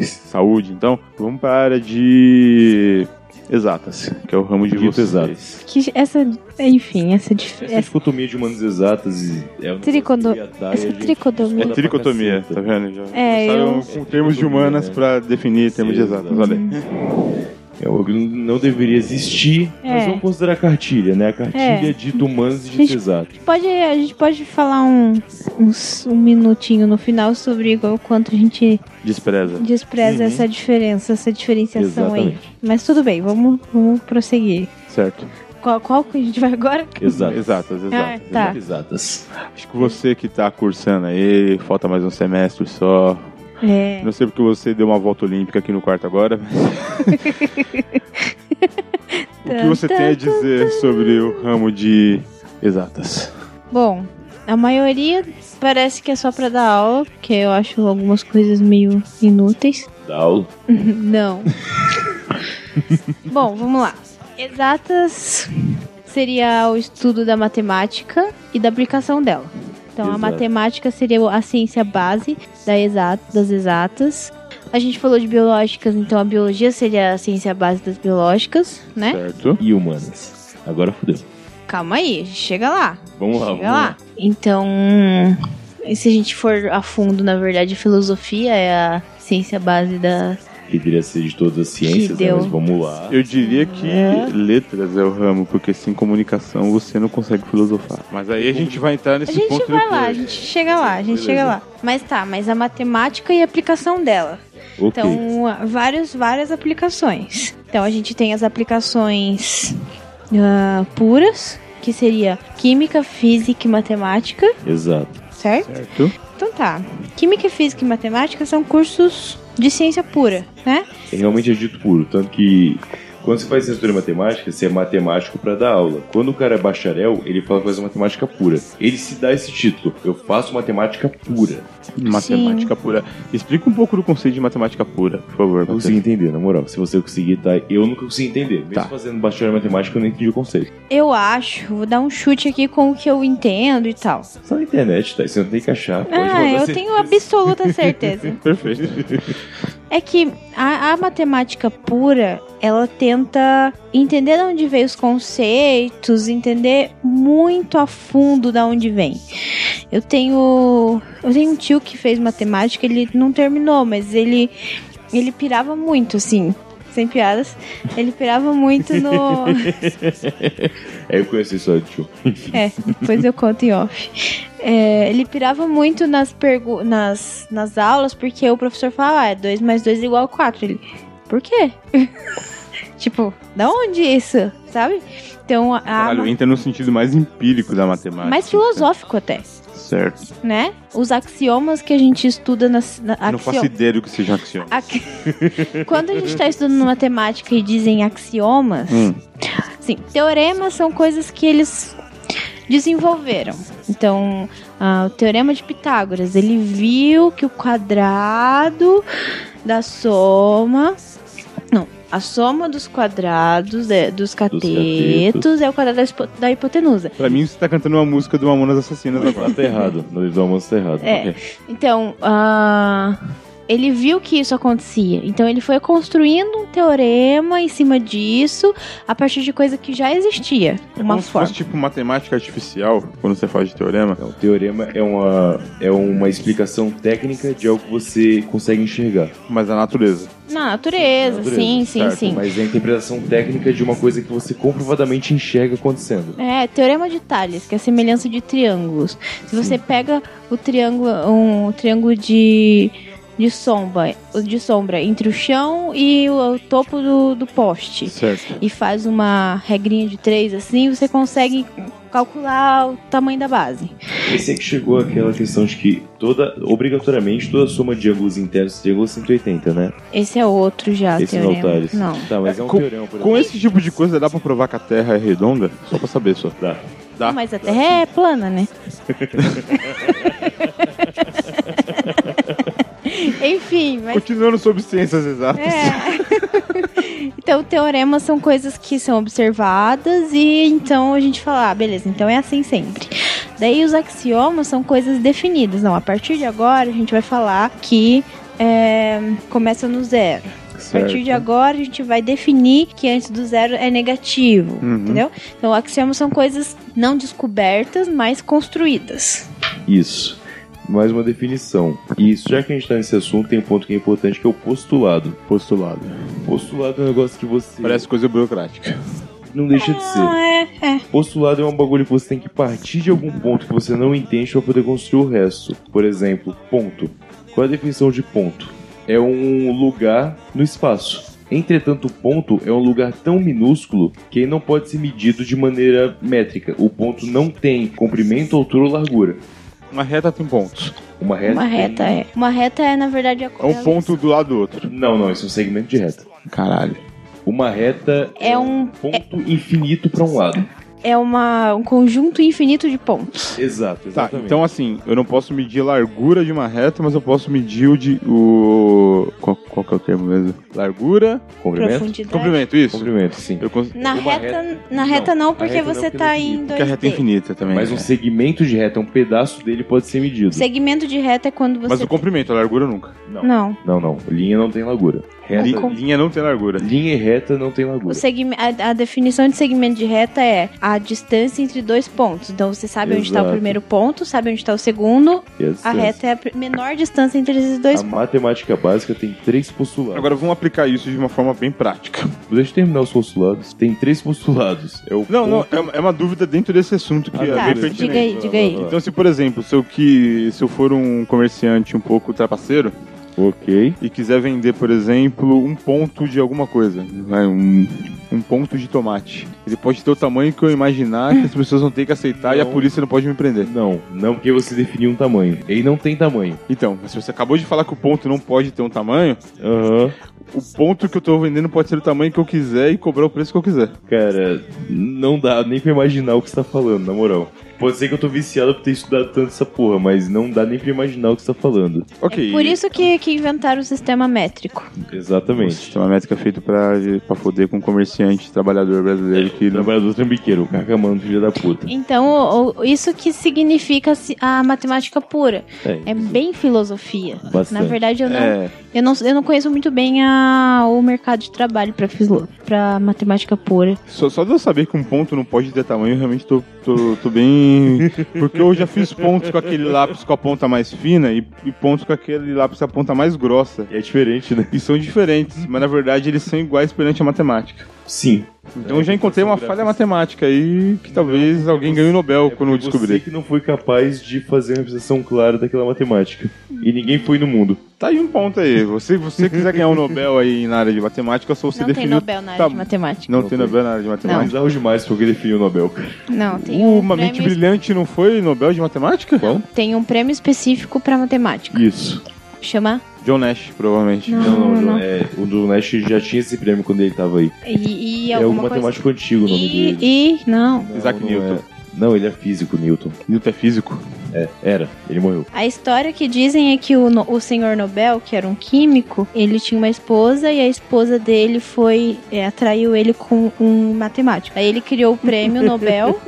Speaker 2: saúde, então, vamos pra área de exatas, que é o ramo de
Speaker 4: Um Dito
Speaker 2: vocês.
Speaker 4: exatas.
Speaker 3: Que essa, enfim, essa, dif-
Speaker 4: Essa é
Speaker 3: essa
Speaker 4: dicotomia de humanas exatas e- é um negócio
Speaker 3: É. Tricondo-
Speaker 4: que atrai a
Speaker 3: essa
Speaker 4: gente.
Speaker 3: tricotomia.
Speaker 2: É tricotomia, né? tá vendo? Já
Speaker 3: É,
Speaker 2: começaram
Speaker 3: eu-
Speaker 2: com termos de humanas pra definir termos de exatas, olha aí.
Speaker 4: É algo que não deveria existir, mas
Speaker 3: É.
Speaker 4: vamos considerar a cartilha, né? A cartilha é. dito humanos e dito
Speaker 3: Gente-
Speaker 4: exatas.
Speaker 3: Pode, a gente pode falar um, uns- um minutinho no final sobre igual quanto a gente
Speaker 2: Despreza.
Speaker 3: despreza
Speaker 2: Uhum.
Speaker 3: essa diferença, essa diferenciação
Speaker 4: Exatamente.
Speaker 3: aí. Mas tudo bem, vamos, vamos prosseguir.
Speaker 2: Certo.
Speaker 3: Qual, qual que a gente vai agora?
Speaker 4: Exatas.
Speaker 2: Exatas, exatas.
Speaker 3: Ah, tá.
Speaker 4: Exatas.
Speaker 2: Acho que você que tá cursando aí, falta mais um semestre só.
Speaker 3: É,
Speaker 2: Não sei porque você deu uma volta olímpica aqui no quarto agora, mas... o que você tem a dizer sobre o ramo de exatas?
Speaker 3: bom, a maioria parece que é só pra dar aula, porque eu acho algumas coisas meio inúteis.
Speaker 4: Dá aula.
Speaker 3: Não. Bom, vamos lá. Exatas seria o estudo da matemática e da aplicação dela. Então a
Speaker 4: Exato.
Speaker 3: matemática seria a ciência base da exa- das exatas. A gente falou de biológicas, então a biologia seria a ciência base das biológicas, né?
Speaker 2: Certo?
Speaker 4: E humanas. Agora fodeu.
Speaker 3: Calma aí, chega lá.
Speaker 4: Vamos lá, vamos
Speaker 3: Chega lá. Então, e se a gente for a fundo, na verdade, filosofia é a ciência base da
Speaker 4: que deveria ser de todas as ciências, né?
Speaker 3: deu.
Speaker 4: mas vamos lá.
Speaker 2: Eu diria que letras é o ramo, porque sem comunicação você não consegue filosofar. Mas aí a gente vai entrar nesse
Speaker 3: A gente
Speaker 2: ponto
Speaker 3: vai
Speaker 2: depois.
Speaker 3: lá, a gente chega lá, a gente chega lá. Mas tá, mas a matemática e a aplicação dela.
Speaker 4: Ok.
Speaker 3: Então, a- vários, várias aplicações. Então, a gente tem as aplicações ah, puras, que seria química, física e matemática,
Speaker 4: Exato.
Speaker 3: certo?
Speaker 2: Certo?
Speaker 3: Então tá. Química, física e matemática são cursos de ciência pura, né?
Speaker 4: É realmente é dito puro. Tanto que quando você faz censura em matemática, você é matemático pra dar aula. Quando o cara é bacharel, ele fala que faz matemática pura. Ele se dá esse título. Eu faço matemática pura.
Speaker 2: Matemática pura. Explica um pouco do conceito de matemática pura, por favor.
Speaker 4: Eu
Speaker 2: Matheus.
Speaker 4: consegui entender, na moral. Se você conseguir, tá? Eu nunca consegui entender. Mesmo
Speaker 2: Tá.
Speaker 4: fazendo bacharel em matemática, eu não entendi o conceito.
Speaker 3: Eu acho, vou dar um chute aqui com o que eu entendo e tal.
Speaker 4: Só na internet, tá? Você não tem que achar. Pode
Speaker 3: Ah,
Speaker 4: mandar assim.
Speaker 3: eu
Speaker 4: você-
Speaker 3: tenho absoluta certeza.
Speaker 2: Perfeito.
Speaker 3: É que a, a matemática pura, ela tenta entender de onde veio os conceitos, entender muito a fundo de onde vem. Eu tenho, eu tenho um tio que fez matemática, ele não terminou, mas ele ele pirava muito assim, sem piadas. Ele pirava muito no
Speaker 4: É, eu conheci só de tio.
Speaker 3: é, depois eu conto em off. É, ele pirava muito nas, pergu nas, nas aulas, porque o professor falava, ah, é 2 mais 2 igual a 4. Ele, por quê? tipo, da onde isso? Sabe? Então, a, a,
Speaker 2: Caralho, entra no sentido mais empírico da matemática.
Speaker 3: mais filosófico até,
Speaker 2: Certo.
Speaker 3: né? Os axiomas que a gente estuda nas... Na,
Speaker 2: Eu Não faço ideia do que seja axioma.
Speaker 3: Ac- Quando a gente está estudando matemática e dizem axiomas,
Speaker 2: Hum.
Speaker 3: sim, teoremas são coisas que eles desenvolveram. Então, ah, o teorema de Pitágoras, ele viu que o quadrado da soma, não, a soma dos quadrados é, dos catetos,
Speaker 4: catetos.
Speaker 3: é o quadrado da hipo- da hipotenusa.
Speaker 2: Pra mim, você tá cantando uma música do
Speaker 4: Tá
Speaker 2: Mamonas Assassinas
Speaker 4: Mas
Speaker 2: agora.
Speaker 4: lá tá errado. No livro do almoço tá errado.
Speaker 3: É. Então, ah, ele viu que isso acontecia. Então ele foi construindo um teorema em cima disso, a partir de coisa que já existia.
Speaker 2: É
Speaker 3: uma
Speaker 2: como se
Speaker 3: forma.
Speaker 2: fosse tipo matemática artificial, quando você faz de teorema.
Speaker 4: Então, o teorema é uma, é uma explicação técnica de algo que você consegue enxergar.
Speaker 2: Mas a natureza.
Speaker 3: Na natureza,
Speaker 4: Na natureza,
Speaker 3: sim, sim,
Speaker 2: certo,
Speaker 3: sim.
Speaker 4: Mas é a interpretação técnica de uma coisa que você comprovadamente enxerga acontecendo.
Speaker 3: É, teorema de Thales, que é a semelhança de triângulos. Se você pega o triângulo, um triângulo de, de sombra, de sombra entre o chão e o, o topo do, do poste
Speaker 2: Certo.
Speaker 3: e faz uma regrinha de três assim, você consegue calcular o tamanho da base.
Speaker 4: Esse é que chegou aquela questão de que toda, obrigatoriamente, toda soma de ângulos internos tem ângulo 180, né?
Speaker 3: Esse é outro já,
Speaker 4: Esse não é o
Speaker 3: teorema.
Speaker 4: Tales.
Speaker 3: Não.
Speaker 4: Tá, mas é um
Speaker 2: Com-
Speaker 4: teorema, por
Speaker 2: Com
Speaker 4: exemplo.
Speaker 2: esse tipo de coisa dá pra provar que a Terra é redonda? Só pra saber, só.
Speaker 4: Dá.
Speaker 2: Dá.
Speaker 3: Mas a Terra é plana, né? Enfim, mas
Speaker 2: Continuando sobre ciências exatas.
Speaker 3: É. então, teoremas são coisas que são observadas e então a gente fala, ah, beleza, então é assim sempre. Daí os axiomas são coisas definidas. Não, a partir de agora a gente vai falar que é, começa no zero. A partir de agora a gente vai definir que antes do zero é negativo,
Speaker 2: Uhum.
Speaker 3: entendeu? Então, axiomas são coisas não descobertas, mas construídas.
Speaker 4: Isso. Mais uma definição. E isso, já que a gente tá nesse assunto, tem um ponto que é importante, que é o postulado.
Speaker 2: Postulado.
Speaker 4: Postulado é um negócio que você...
Speaker 2: Parece coisa burocrática.
Speaker 4: Não deixa de ser.
Speaker 3: Ah, é, é.
Speaker 4: Postulado é um bagulho que você tem que partir de algum ponto que você não entende para poder construir o resto. Por exemplo, ponto. Qual é a definição de ponto? É um lugar no espaço. Entretanto, o ponto é um lugar tão minúsculo que ele não pode ser medido de maneira métrica. O ponto não tem comprimento, altura ou largura.
Speaker 2: Uma reta tem pontos.
Speaker 4: Uma reta.
Speaker 3: Uma
Speaker 4: tem-
Speaker 3: reta é. Uma reta é, na verdade, a
Speaker 2: É um ponto do lado do outro.
Speaker 4: Não, não, isso é um segmento de reta.
Speaker 2: Caralho.
Speaker 4: Uma reta
Speaker 3: É um
Speaker 4: ponto infinito para um lado.
Speaker 3: é uma, um conjunto infinito de pontos.
Speaker 4: Exato,
Speaker 2: Tá,
Speaker 4: exatamente.
Speaker 2: então assim, eu não posso medir a largura de uma reta, mas eu posso medir o de. O... Qual, qual que é o termo mesmo? Largura.
Speaker 4: comprimento?
Speaker 3: Profundidade.
Speaker 2: Comprimento, isso?
Speaker 4: Comprimento, sim.
Speaker 2: Eu cons...
Speaker 3: Na
Speaker 4: Uma
Speaker 3: reta,
Speaker 4: reta-
Speaker 3: na reta não,
Speaker 4: não, a
Speaker 3: porque
Speaker 4: reta não,
Speaker 3: você
Speaker 4: porque
Speaker 3: tá
Speaker 4: não é
Speaker 3: em
Speaker 4: infinito.
Speaker 3: 2D.
Speaker 2: Porque a reta é infinita também.
Speaker 4: Mas um
Speaker 2: é.
Speaker 4: segmento de reta, um pedaço dele pode ser medido.
Speaker 3: Segmento de reta é quando você
Speaker 2: Mas o comprimento, a largura nunca.
Speaker 4: é
Speaker 3: Não.
Speaker 4: Não, não. Linha não tem largura. Reta.
Speaker 2: É Li-
Speaker 3: com-
Speaker 2: Linha não tem largura.
Speaker 4: Linha e reta não tem
Speaker 3: O
Speaker 4: largura.
Speaker 3: segme- a, a definição de segmento de reta é a distância entre dois pontos. Então você sabe onde está o
Speaker 4: Exato.
Speaker 3: primeiro ponto, sabe onde está o segundo.
Speaker 4: Yes,
Speaker 3: A
Speaker 4: yes.
Speaker 3: reta é a pr- menor distância entre esses dois
Speaker 4: A matemática básica tem três postulados.
Speaker 2: Agora vamos aplicar isso de uma forma bem prática.
Speaker 4: deixa eu terminar os postulados. Tem três postulados. É o
Speaker 2: Não, não,
Speaker 4: ponto-
Speaker 2: é uma- é uma dúvida dentro desse assunto que
Speaker 4: Ah,
Speaker 2: é
Speaker 3: tá,
Speaker 2: bem
Speaker 4: beleza.
Speaker 2: pertinente.
Speaker 3: diga aí, diga aí.
Speaker 2: Então, se por exemplo, se eu, que, se eu for um comerciante um pouco trapaceiro
Speaker 4: Ok.
Speaker 2: e quiser vender, por exemplo, um ponto de alguma coisa, né, um, um ponto de tomate, ele pode ter o tamanho que eu imaginar que as pessoas vão ter que aceitar e a
Speaker 4: Não.
Speaker 2: polícia não pode me prender.
Speaker 4: Não, não porque você definiu um tamanho. Ele não tem tamanho.
Speaker 2: Então, mas se você acabou de falar que o ponto não pode ter um tamanho,
Speaker 4: Aham.
Speaker 2: o ponto que eu tô vendendo pode ser o tamanho que eu quiser e cobrar o preço que eu quiser.
Speaker 4: Cara, não dá nem pra imaginar o que você tá falando, na moral. Pode ser que eu tô viciado por ter estudado tanto essa porra, mas não dá nem pra imaginar o que você tá falando.
Speaker 2: Ok.
Speaker 3: É por isso que, que inventaram o sistema métrico.
Speaker 2: O
Speaker 4: Exatamente.
Speaker 2: sistema métrico é feito pra, pra foder com um comerciante trabalhador
Speaker 4: É,
Speaker 2: brasileiro que não
Speaker 4: Trabalhador trambiqueiro, o carcamano, filho da puta.
Speaker 3: Então, o- o- isso que significa ci- a matemática pura. É
Speaker 4: isso.
Speaker 3: bem filosofia.
Speaker 4: Bastante.
Speaker 3: Na verdade, eu não,
Speaker 2: É,
Speaker 3: Eu não, eu não conheço muito bem a- o mercado de trabalho pra filo- pra matemática pura.
Speaker 2: só, só de eu saber que um ponto não pode ter tamanho, eu realmente tô, tô, tô bem. Porque eu já fiz pontos com aquele lápis com a ponta mais fina e, e pontos com aquele lápis com a ponta mais grossa.
Speaker 4: É diferente, né?
Speaker 2: E são diferentes, mas na verdade eles são iguais perante a matemática.
Speaker 4: Sim.
Speaker 2: Então eu já encontrei uma falha matemática aí que talvez alguém ganhe o
Speaker 4: É
Speaker 2: Nobel quando eu
Speaker 4: Você
Speaker 2: descobrir.
Speaker 4: que não foi capaz de fazer uma representação clara daquela matemática. E ninguém foi no mundo.
Speaker 2: Tá aí um ponto aí. Você, você quiser ganhar um Nobel aí na área de matemática, é só você
Speaker 3: não tem
Speaker 2: definir.
Speaker 3: Nobel na área
Speaker 2: tá-
Speaker 3: de matemática.
Speaker 2: Não
Speaker 4: Não
Speaker 2: tem
Speaker 4: tem.
Speaker 2: Nobel na área de
Speaker 4: É
Speaker 2: matemática.
Speaker 4: bizarro demais porque definiu o Nobel, cara.
Speaker 3: Não, tem um,
Speaker 2: Uma mente
Speaker 3: prêmio,
Speaker 2: brilhante não foi Nobel de matemática?
Speaker 4: Qual?
Speaker 3: tem um prêmio específico pra matemática.
Speaker 4: Isso.
Speaker 3: Chama?
Speaker 2: John Nash, provavelmente.
Speaker 3: Não,
Speaker 4: não,
Speaker 3: não, não.
Speaker 4: É, o do Nash já tinha esse prêmio quando ele tava aí.
Speaker 3: E, e
Speaker 4: é o
Speaker 3: alguma coisa...
Speaker 4: matemático antigo o nome dele.
Speaker 3: E, e... Não.
Speaker 4: Não,
Speaker 2: Isaac
Speaker 4: não
Speaker 2: Newton.
Speaker 4: é. Não, ele é físico, Newton.
Speaker 2: Newton é físico?
Speaker 4: É, era. Ele morreu.
Speaker 3: A história que dizem é que o, no- o senhor Nobel, que era um químico, ele tinha uma esposa e a esposa dele foi. é, atraiu ele com um matemático. Aí ele criou o prêmio Nobel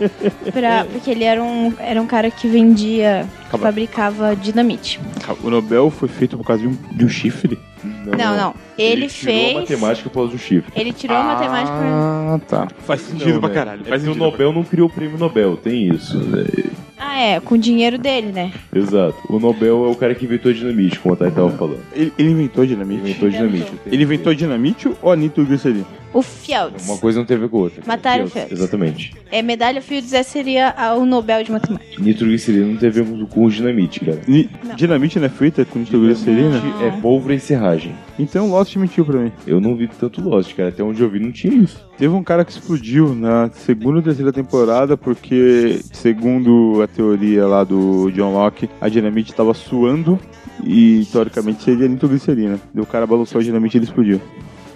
Speaker 3: pra, porque ele era um, era um cara que vendia, que
Speaker 2: Cabra.
Speaker 3: fabricava dinamite.
Speaker 2: O Nobel foi feito por causa de um, de um chifre?
Speaker 3: Não, não. Ele,
Speaker 4: tirou a
Speaker 3: fez.
Speaker 4: matemática por causa do chifre.
Speaker 3: Ele tirou a matemática.
Speaker 2: Ah, tá. Faz sentido
Speaker 4: Não,
Speaker 2: pra
Speaker 4: né?
Speaker 2: caralho.
Speaker 4: É
Speaker 2: Faz
Speaker 4: porque o
Speaker 2: sentido pra
Speaker 4: Nobel não criou o prêmio Nobel, tem isso. né?
Speaker 3: Ah, é, com o dinheiro dele, né?
Speaker 4: Exato. O Nobel é o cara que inventou a dinamite, como a Thay tava falando.
Speaker 2: caralho. Ele, ele inventou a
Speaker 4: Ele
Speaker 2: dinamite?
Speaker 4: inventou a dinamite.
Speaker 2: Ele inventou a dinamite ou a nitroglicerina?
Speaker 3: O Fields.
Speaker 4: Uma coisa não tem a ver com a outra.
Speaker 3: Mataram o
Speaker 4: Deus,
Speaker 3: Fields.
Speaker 4: Exatamente.
Speaker 3: É, medalha Fields é, seria a- o Nobel de matemática.
Speaker 4: Nitroglicerina não tem a ver com- com dinamite, cara.
Speaker 2: Ni-
Speaker 3: Não.
Speaker 2: Dinamite não é feita com nitroglicerina?
Speaker 3: Não.
Speaker 4: É pólvora e serragem.
Speaker 2: Então Lost mentiu pra mim.
Speaker 4: Eu não vi tanto Lost, cara. Até onde eu vi não tinha isso.
Speaker 2: Teve um cara que explodiu na segunda ou terceira temporada porque, segundo a teoria lá do John Locke, a dinamite tava suando e, teoricamente, seria nitroglicerina. E o cara balançou a dinamite e ele explodiu.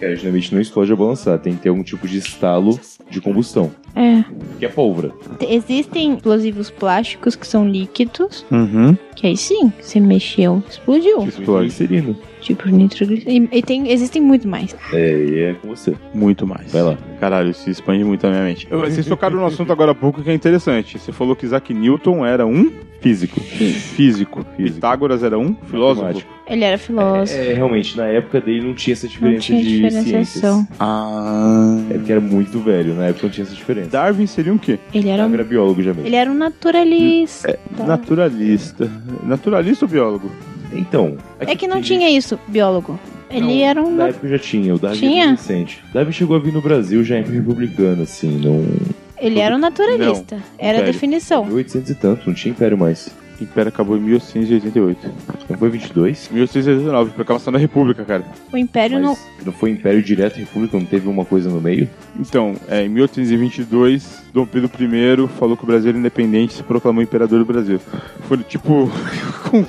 Speaker 4: Cara, a dinamite não explode a balançar. Tem que ter algum tipo de estalo de combustão.
Speaker 3: É.
Speaker 4: Que é pólvora.
Speaker 3: Existem explosivos plásticos que são líquidos,
Speaker 2: Uhum.
Speaker 3: que aí sim, você mexeu, explodiu.
Speaker 2: Explode.
Speaker 4: é Nitroglicerina.
Speaker 3: Tipo nitroglicerina. E, e tem, existem muito mais.
Speaker 4: É, e é com você.
Speaker 2: Muito mais.
Speaker 4: Vai lá.
Speaker 2: Caralho, isso expande muito a minha mente. Eu- Vocês tocaram no assunto agora há pouco que é interessante. Você falou que Isaac Newton era um
Speaker 4: Físico.
Speaker 2: físico. Pitágoras era um filósofo.
Speaker 4: Matemático.
Speaker 3: Ele era filósofo.
Speaker 4: É, realmente, na época dele não tinha essa
Speaker 3: Não
Speaker 4: diferença
Speaker 3: tinha
Speaker 4: de
Speaker 3: diferenciação.
Speaker 4: ciências.
Speaker 2: Ah.
Speaker 4: É porque era muito velho, na época não tinha essa diferença.
Speaker 2: Darwin seria um quê?
Speaker 3: Ele era,
Speaker 4: Eu
Speaker 3: um,
Speaker 4: era biólogo já mesmo.
Speaker 3: ele era um naturalista.
Speaker 4: Tá.
Speaker 2: Naturalista. Naturalista ou biólogo?
Speaker 4: Então.
Speaker 3: É que não
Speaker 4: tem-
Speaker 3: tinha isso, biólogo. Ele
Speaker 4: Não,
Speaker 3: era um.
Speaker 4: Na época já tinha, o Darwin
Speaker 3: Tinha?
Speaker 4: era recente. Darwin chegou a vir no Brasil já em republicano, assim, não.
Speaker 3: Ele era um naturalista. era a
Speaker 2: velho.
Speaker 3: definição.
Speaker 4: 1800 e tanto, não tinha império mais.
Speaker 2: O Império acabou em 1888.
Speaker 4: Não foi 22?
Speaker 2: 1889, proclamação da República, cara.
Speaker 3: O império
Speaker 4: Mas
Speaker 3: não.
Speaker 4: não... foi império direto república, não teve uma coisa no meio?
Speaker 2: Então, é, em 1822, Dom Pedro I falou que o Brasil era independente e se proclamou imperador do Brasil. Foi tipo com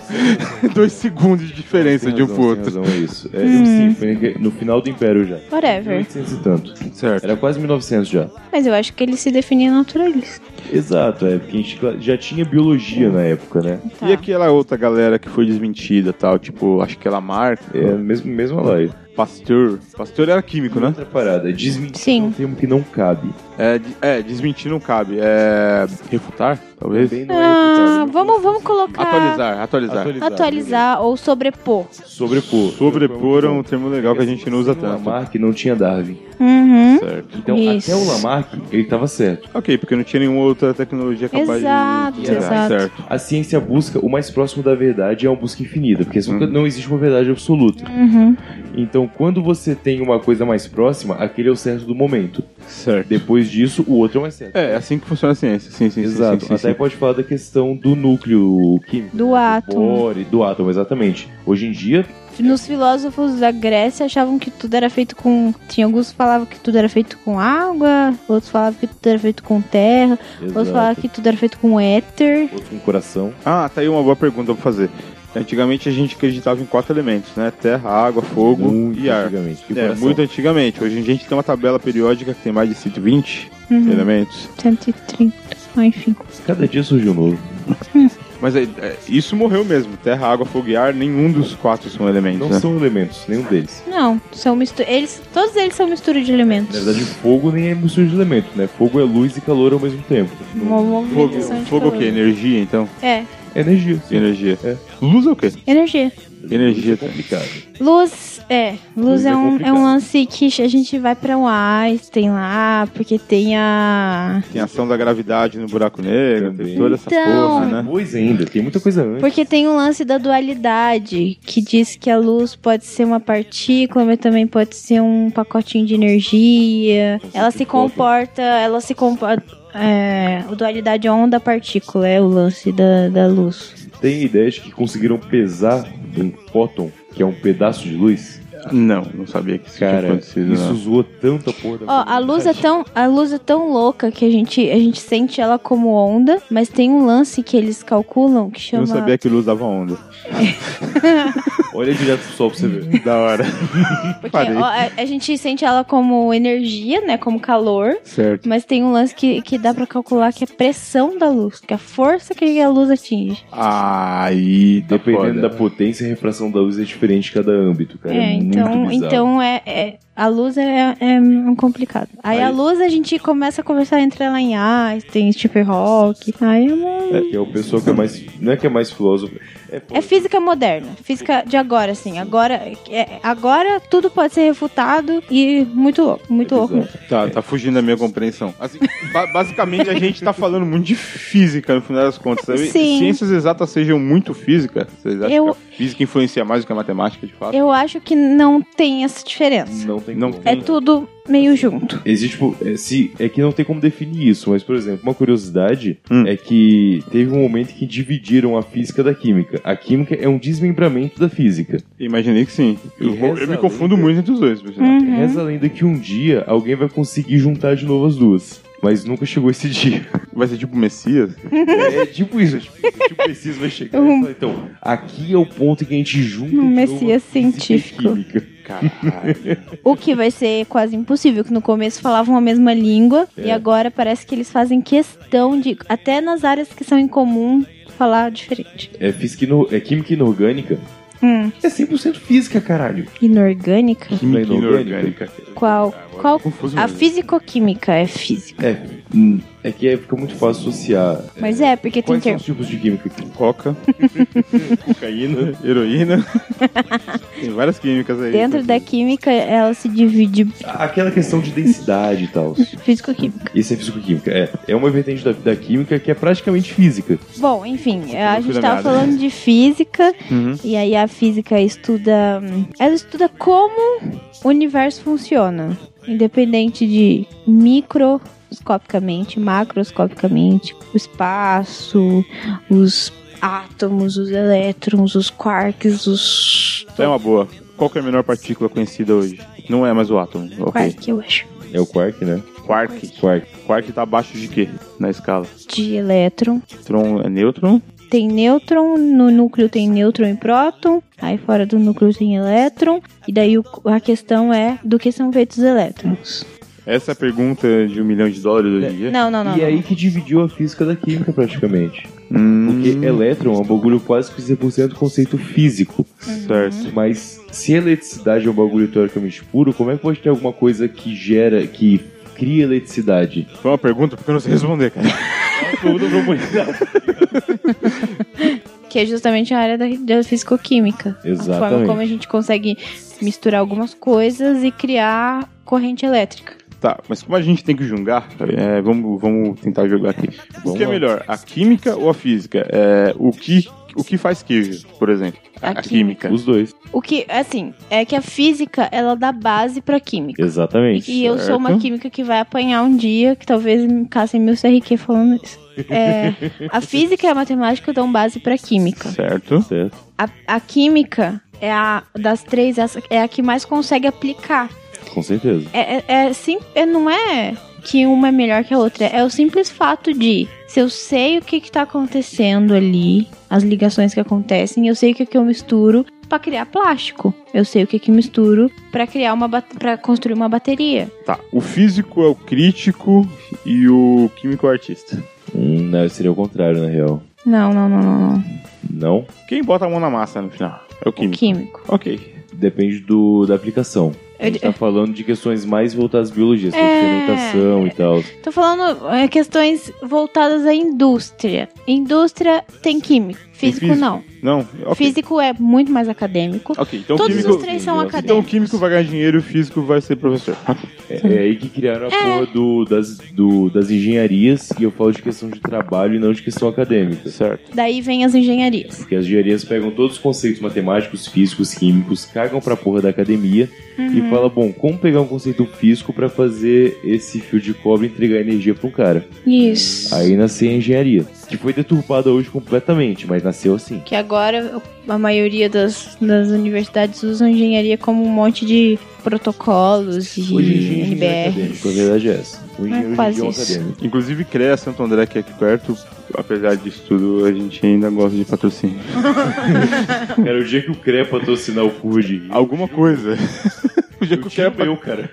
Speaker 2: dois segundos de diferença
Speaker 4: Tem
Speaker 2: de um
Speaker 4: razão,
Speaker 2: pro
Speaker 4: tem
Speaker 2: outro.
Speaker 4: razão, é isso. É,
Speaker 3: Uhum.
Speaker 4: eu Sim, foi no final do império já.
Speaker 3: Whatever.
Speaker 4: 1800 e tanto.
Speaker 2: Certo.
Speaker 4: Era quase 1900 já.
Speaker 3: Mas eu acho que ele se definia naturalista.
Speaker 4: Exato, é porque a gente cla- já tinha biologia na época, né?
Speaker 3: Tá.
Speaker 2: E aquela outra galera que foi desmentida tal, tipo, acho que ela marca.
Speaker 4: É a mesma, mesma live.
Speaker 2: Pasteur. Pasteur era químico, né?
Speaker 4: Outra parada, desmentir
Speaker 3: Sim.
Speaker 4: é um termo que não cabe.
Speaker 2: É, de- é, desmentir não cabe. É. Refutar, talvez?
Speaker 4: Também não é
Speaker 3: Ah,
Speaker 4: reputado.
Speaker 3: vamos, vamos colocar.
Speaker 2: Atualizar, atualizar.
Speaker 3: atualizar ou sobrepor.
Speaker 4: Sobrepor.
Speaker 2: Sobrepor é um termo legal que a gente não usa
Speaker 4: Sem
Speaker 2: tanto.
Speaker 4: O Lamarck não é tinha Darwin.
Speaker 3: Uhum.
Speaker 2: Certo.
Speaker 4: Então,
Speaker 3: Isso.
Speaker 4: até o Lamarck, ele tava certo.
Speaker 2: Ok, porque não tinha nenhuma outra tecnologia capaz
Speaker 3: Exato,
Speaker 2: de... tirar.
Speaker 3: exato.
Speaker 2: Tá, Certo.
Speaker 4: A ciência busca, o mais próximo da verdade é uma busca infinita, porque nunca-
Speaker 2: Hum.
Speaker 4: não existe uma verdade absoluta.
Speaker 3: Uhum.
Speaker 4: Então, quando você tem uma coisa mais próxima, aquele é o certo do momento.
Speaker 2: Certo.
Speaker 4: Depois disso, o outro é o mais certo.
Speaker 2: É, é assim que funciona a ciência. Sim, sim, sim,
Speaker 4: Exato.
Speaker 2: sim, sim,
Speaker 4: Até
Speaker 2: sim.
Speaker 4: pode falar da questão do núcleo químico.
Speaker 3: Do átomo.
Speaker 4: Bore, do átomo, exatamente. Hoje em dia,
Speaker 3: Nos filósofos da Grécia achavam que tudo era feito com. Tinha alguns que falavam que tudo era feito com água, outros falavam que tudo era feito com terra, outros falavam
Speaker 4: exato.
Speaker 3: que tudo era feito com éter.
Speaker 4: outro com coração.
Speaker 2: Ah, tá aí uma boa pergunta pra fazer. Antigamente a gente acreditava em quatro elementos, né? Terra, água, fogo
Speaker 4: Muito
Speaker 2: e ar.
Speaker 4: antigamente. E
Speaker 2: É,
Speaker 4: coração.
Speaker 2: muito antigamente. Hoje em dia a gente tem uma tabela periódica que tem mais de 120
Speaker 3: Uhum.
Speaker 2: elementos.
Speaker 3: 130. Ah, enfim.
Speaker 4: Cada dia surgiu um novo.
Speaker 2: Mas é, é, isso morreu mesmo. Terra, água, fogo e ar, nenhum dos quatro são elementos,
Speaker 4: Não
Speaker 2: né?
Speaker 4: são elementos, nenhum deles.
Speaker 3: Não, são mistura. Eles, todos eles são mistura de
Speaker 4: Na
Speaker 3: elementos.
Speaker 4: verdade, fogo nem é mistura de elementos, né? Fogo é luz e calor ao mesmo tempo.
Speaker 3: Uma
Speaker 2: Fogo,
Speaker 3: movimentação de
Speaker 2: fogo é o quê?
Speaker 3: calor.
Speaker 2: Energia, então?
Speaker 3: É,
Speaker 4: É energia. sim.
Speaker 2: Energia.
Speaker 4: É.
Speaker 2: Luz é o quê?
Speaker 3: energia.
Speaker 2: Energia.
Speaker 4: É complicado.
Speaker 3: Luz, é. Luz,
Speaker 4: Luz
Speaker 3: é,
Speaker 4: é
Speaker 3: um, é
Speaker 4: complicado.
Speaker 3: um lance que a gente vai pra um Einstein lá, porque tem a.
Speaker 2: Tem ação da gravidade no buraco negro,
Speaker 4: Também.
Speaker 2: tem toda essa
Speaker 3: Então-
Speaker 2: porra, né?
Speaker 4: Pois ainda, tem muita coisa antes.
Speaker 3: Porque tem um lance da dualidade, que diz que a luz pode ser uma partícula, mas também pode ser um pacotinho de energia. Ela se comporta, ela se comporta. É, o dualidade onda-partícula é o lance da, da luz.
Speaker 4: Tem a ideia de que conseguiram pesar um fóton, que é um pedaço de luz.
Speaker 2: Não, não sabia que isso tinha
Speaker 4: Cara, isso
Speaker 2: acontecido. não.
Speaker 4: zoou tanto a porra da
Speaker 3: Ó, a luz é tão, a luz é tão louca que a gente, a gente sente ela como onda, mas tem um lance que eles calculam que
Speaker 2: Eu
Speaker 3: chama.
Speaker 2: não sabia que luz dava onda.
Speaker 4: Olha direto pro sol pra você
Speaker 3: Tá
Speaker 4: ver.
Speaker 2: Da hora.
Speaker 3: Porque
Speaker 2: Parei.
Speaker 3: ó, a, a gente sente ela como energia, né? Como calor.
Speaker 2: Certo.
Speaker 3: Mas tem um lance que, que dá pra calcular que é a pressão da luz, que é a força que a luz atinge.
Speaker 2: Aí,
Speaker 4: Dependendo da potência, a refração da luz é diferente em cada âmbito, cara.
Speaker 3: é,
Speaker 4: muito
Speaker 3: então,
Speaker 4: bizarro.
Speaker 3: então é, é- a luz é, é um complicado. Aí,
Speaker 4: Aí-
Speaker 3: a luz a gente começa a conversar entre ela em Einstein, Stephen Hawking. Aí é, uma-
Speaker 4: É, que é o pessoal que é mais. Não é que é mais filósofo. É, pô,
Speaker 3: é física moderna, física de agora, assim. Agora, é- agora tudo pode ser refutado e muito louco, muito
Speaker 4: É
Speaker 3: louco.
Speaker 4: bizarro.
Speaker 3: mesmo.
Speaker 2: Tá, tá fugindo da minha compreensão. Assim, ba- basicamente, a gente tá falando muito de física, no final das contas. sabe?
Speaker 3: Sim.
Speaker 2: Ciências exatas sejam muito física. Vocês acham
Speaker 3: Eu-
Speaker 2: que a física influencia mais do que a matemática, de fato?
Speaker 3: Eu acho que não tem essa diferença.
Speaker 4: não tem
Speaker 2: Não
Speaker 4: como.
Speaker 2: tem.
Speaker 3: É tudo meio junto.
Speaker 4: Existe, tipo, é, se, é que não tem como definir isso, mas, por exemplo, uma curiosidade
Speaker 2: Hum.
Speaker 4: é que teve um momento que dividiram a física da química. A química é um desmembramento da física.
Speaker 2: Imaginei que sim. Eu,
Speaker 4: E
Speaker 2: eu
Speaker 4: reza
Speaker 2: me
Speaker 4: a
Speaker 2: confundo
Speaker 4: lenda.
Speaker 2: muito entre os dois, por sinal.
Speaker 3: Uhum.
Speaker 4: Reza a lenda que um dia alguém vai conseguir juntar de novo as duas. Mas nunca chegou esse dia.
Speaker 2: Vai ser tipo Messias?
Speaker 4: É tipo isso, é tipo, isso, é tipo preciso vai chegar.
Speaker 3: Uhum.
Speaker 4: e falar, Então, aqui é o ponto em que a gente junta.
Speaker 3: Um
Speaker 4: de novo a
Speaker 3: messias
Speaker 4: física e
Speaker 3: científico.
Speaker 4: química.
Speaker 3: O que vai ser quase impossível, que no começo falavam a mesma língua
Speaker 4: É.
Speaker 3: e agora parece que eles fazem questão de, até nas áreas que são em comum, falar diferente.
Speaker 4: É, física ino- é química inorgânica.
Speaker 3: Hum,
Speaker 4: É 100% física, caralho.
Speaker 3: inorgânica?
Speaker 2: Química
Speaker 4: Não é inorgânica?
Speaker 2: inorgânica.
Speaker 3: Qual?
Speaker 2: Agora
Speaker 3: Qual?
Speaker 2: tá Confuso
Speaker 3: A
Speaker 2: mesmo.
Speaker 3: fisicoquímica é física.
Speaker 4: Hum, É que é, fica muito fácil associar.
Speaker 3: Mas é, porque tem
Speaker 4: Quais são
Speaker 3: termo.
Speaker 4: os tipos de química?
Speaker 2: Coca,
Speaker 4: Cocaína.
Speaker 2: heroína. Tem várias químicas aí. Então,
Speaker 3: Dentro da química, ela se divide em
Speaker 4: Aquela questão de densidade e tal.
Speaker 3: fisicoquímica.
Speaker 4: Isso é físico-química. É, é uma vertente da, da química que é praticamente física.
Speaker 3: Bom, enfim, é, a
Speaker 2: Eu fui
Speaker 3: gente tava
Speaker 2: nomeado.
Speaker 3: falando de física
Speaker 2: Uhum.
Speaker 3: e aí a física estuda. Ela estuda como o universo funciona, independente de microscopicamente, macroscopicamente, o espaço, os átomos, os elétrons, os quarks, os.
Speaker 2: Então é uma boa. Qual que é a menor partícula conhecida hoje? Não é mais o átomo. ok.
Speaker 3: Quark, eu acho.
Speaker 4: É o quark, né?
Speaker 2: Quark.
Speaker 4: Quark.
Speaker 2: Quark tá abaixo de quê na escala?
Speaker 3: De elétron.
Speaker 2: Tron é nêutron?
Speaker 3: Tem nêutron, no núcleo tem nêutron e próton, aí fora do núcleo tem elétron, e daí o- a questão é do que são feitos os elétrons.
Speaker 2: Essa é a pergunta de um milhão de dólares hoje em dia.
Speaker 3: Não, não, não.
Speaker 4: e é
Speaker 3: não.
Speaker 4: aí que dividiu a física da química, praticamente.
Speaker 2: Hum,
Speaker 4: Porque elétron é um bagulho quase que 100% conceito físico.
Speaker 3: Uhum.
Speaker 2: certo.
Speaker 4: Mas se a eletricidade é um bagulho teoricamente puro, como é que pode ter alguma coisa que gera, que cria eletricidade?
Speaker 2: Foi uma pergunta porque eu não sei responder, cara.
Speaker 4: Tudo pra humanidade.
Speaker 3: Que é justamente a área da, da fisicoquímica. A forma
Speaker 4: Exatamente.
Speaker 3: como a gente consegue misturar algumas coisas e criar corrente elétrica.
Speaker 2: Tá, mas como a gente tem que julgar, é, vamos, vamos tentar jogar aqui. O
Speaker 4: Vamos
Speaker 2: que é
Speaker 4: lá.
Speaker 2: melhor, a química ou a física? É, o, que, o que faz queijo, por exemplo?
Speaker 3: A
Speaker 2: química.
Speaker 4: Os dois.
Speaker 3: O que, assim, é que a física, ela dá base pra química.
Speaker 4: Exatamente.
Speaker 3: E eu sou uma
Speaker 2: certo.
Speaker 3: química que vai apanhar um dia, que talvez me caçem meu CRQ falando isso. É, a física e a matemática dão base pra química.
Speaker 2: Certo.
Speaker 4: Certo.
Speaker 3: A, a química é a das três, essa- é a que mais consegue aplicar.
Speaker 4: Com certeza.
Speaker 3: É, é, é sim, é- não é que uma é melhor que a outra. É o simples fato de se eu sei o que, que tá acontecendo ali, as ligações que acontecem, eu sei o que, que eu misturo pra criar plástico. Eu sei o que, que misturo pra criar uma para construir uma bateria.
Speaker 2: Tá, o físico é o crítico e o químico é o artista.
Speaker 4: Hum, não, seria o contrário, na real.
Speaker 3: Não, não, não, não, não.
Speaker 4: Não?
Speaker 2: Quem bota a mão na massa no final? É o
Speaker 3: O
Speaker 2: químico.
Speaker 3: químico.
Speaker 2: Ok.
Speaker 4: Depende do, da aplicação. A gente
Speaker 3: Eu-
Speaker 4: tá falando de questões mais voltadas à biologia, sobre
Speaker 3: É.
Speaker 4: fermentação e tal.
Speaker 3: Tô falando é, questões voltadas à indústria. Indústria tem químico, físico
Speaker 2: físico.
Speaker 3: não.
Speaker 2: Não, ok.
Speaker 3: Físico é muito mais acadêmico.
Speaker 2: Ok, então o
Speaker 3: Todos
Speaker 2: químico...
Speaker 3: os três são
Speaker 4: Então,
Speaker 2: Então o
Speaker 3: acadêmicos.
Speaker 2: químico vai ganhar dinheiro e o físico vai ser professor.
Speaker 4: É, é aí que criaram a porra do, das, do- das engenharias, e eu falo de questão de trabalho e não de questão acadêmica.
Speaker 2: Certo.
Speaker 3: Daí vem as engenharias.
Speaker 4: Porque as engenharias pegam todos os conceitos matemáticos, físicos, químicos, cagam pra porra da academia
Speaker 3: Uhum.
Speaker 4: e fala, bom, como pegar um conceito físico pra fazer esse fio de cobre entregar energia pra um cara?
Speaker 3: Isso.
Speaker 4: Aí nasceu a engenharia. que foi deturpada hoje completamente, mas nasceu assim.
Speaker 3: Que agora a maioria das, das universidades usa engenharia como um monte de protocolos e
Speaker 4: Hoje em dia, engenheiro
Speaker 3: NBR.
Speaker 4: é acadêmico, a verdade é essa. O engenheiro hoje em
Speaker 3: quase
Speaker 4: dia é um
Speaker 3: isso.
Speaker 4: acadêmico.
Speaker 2: Inclusive, CREA Santo André, que é aqui perto, apesar disso tudo, a gente ainda gosta de patrocínio.
Speaker 4: Cara, o dia que o CREA patrocinar o Curva de Rio,
Speaker 2: Alguma coisa. Podia
Speaker 4: eu tiro Ah, o meu, cara.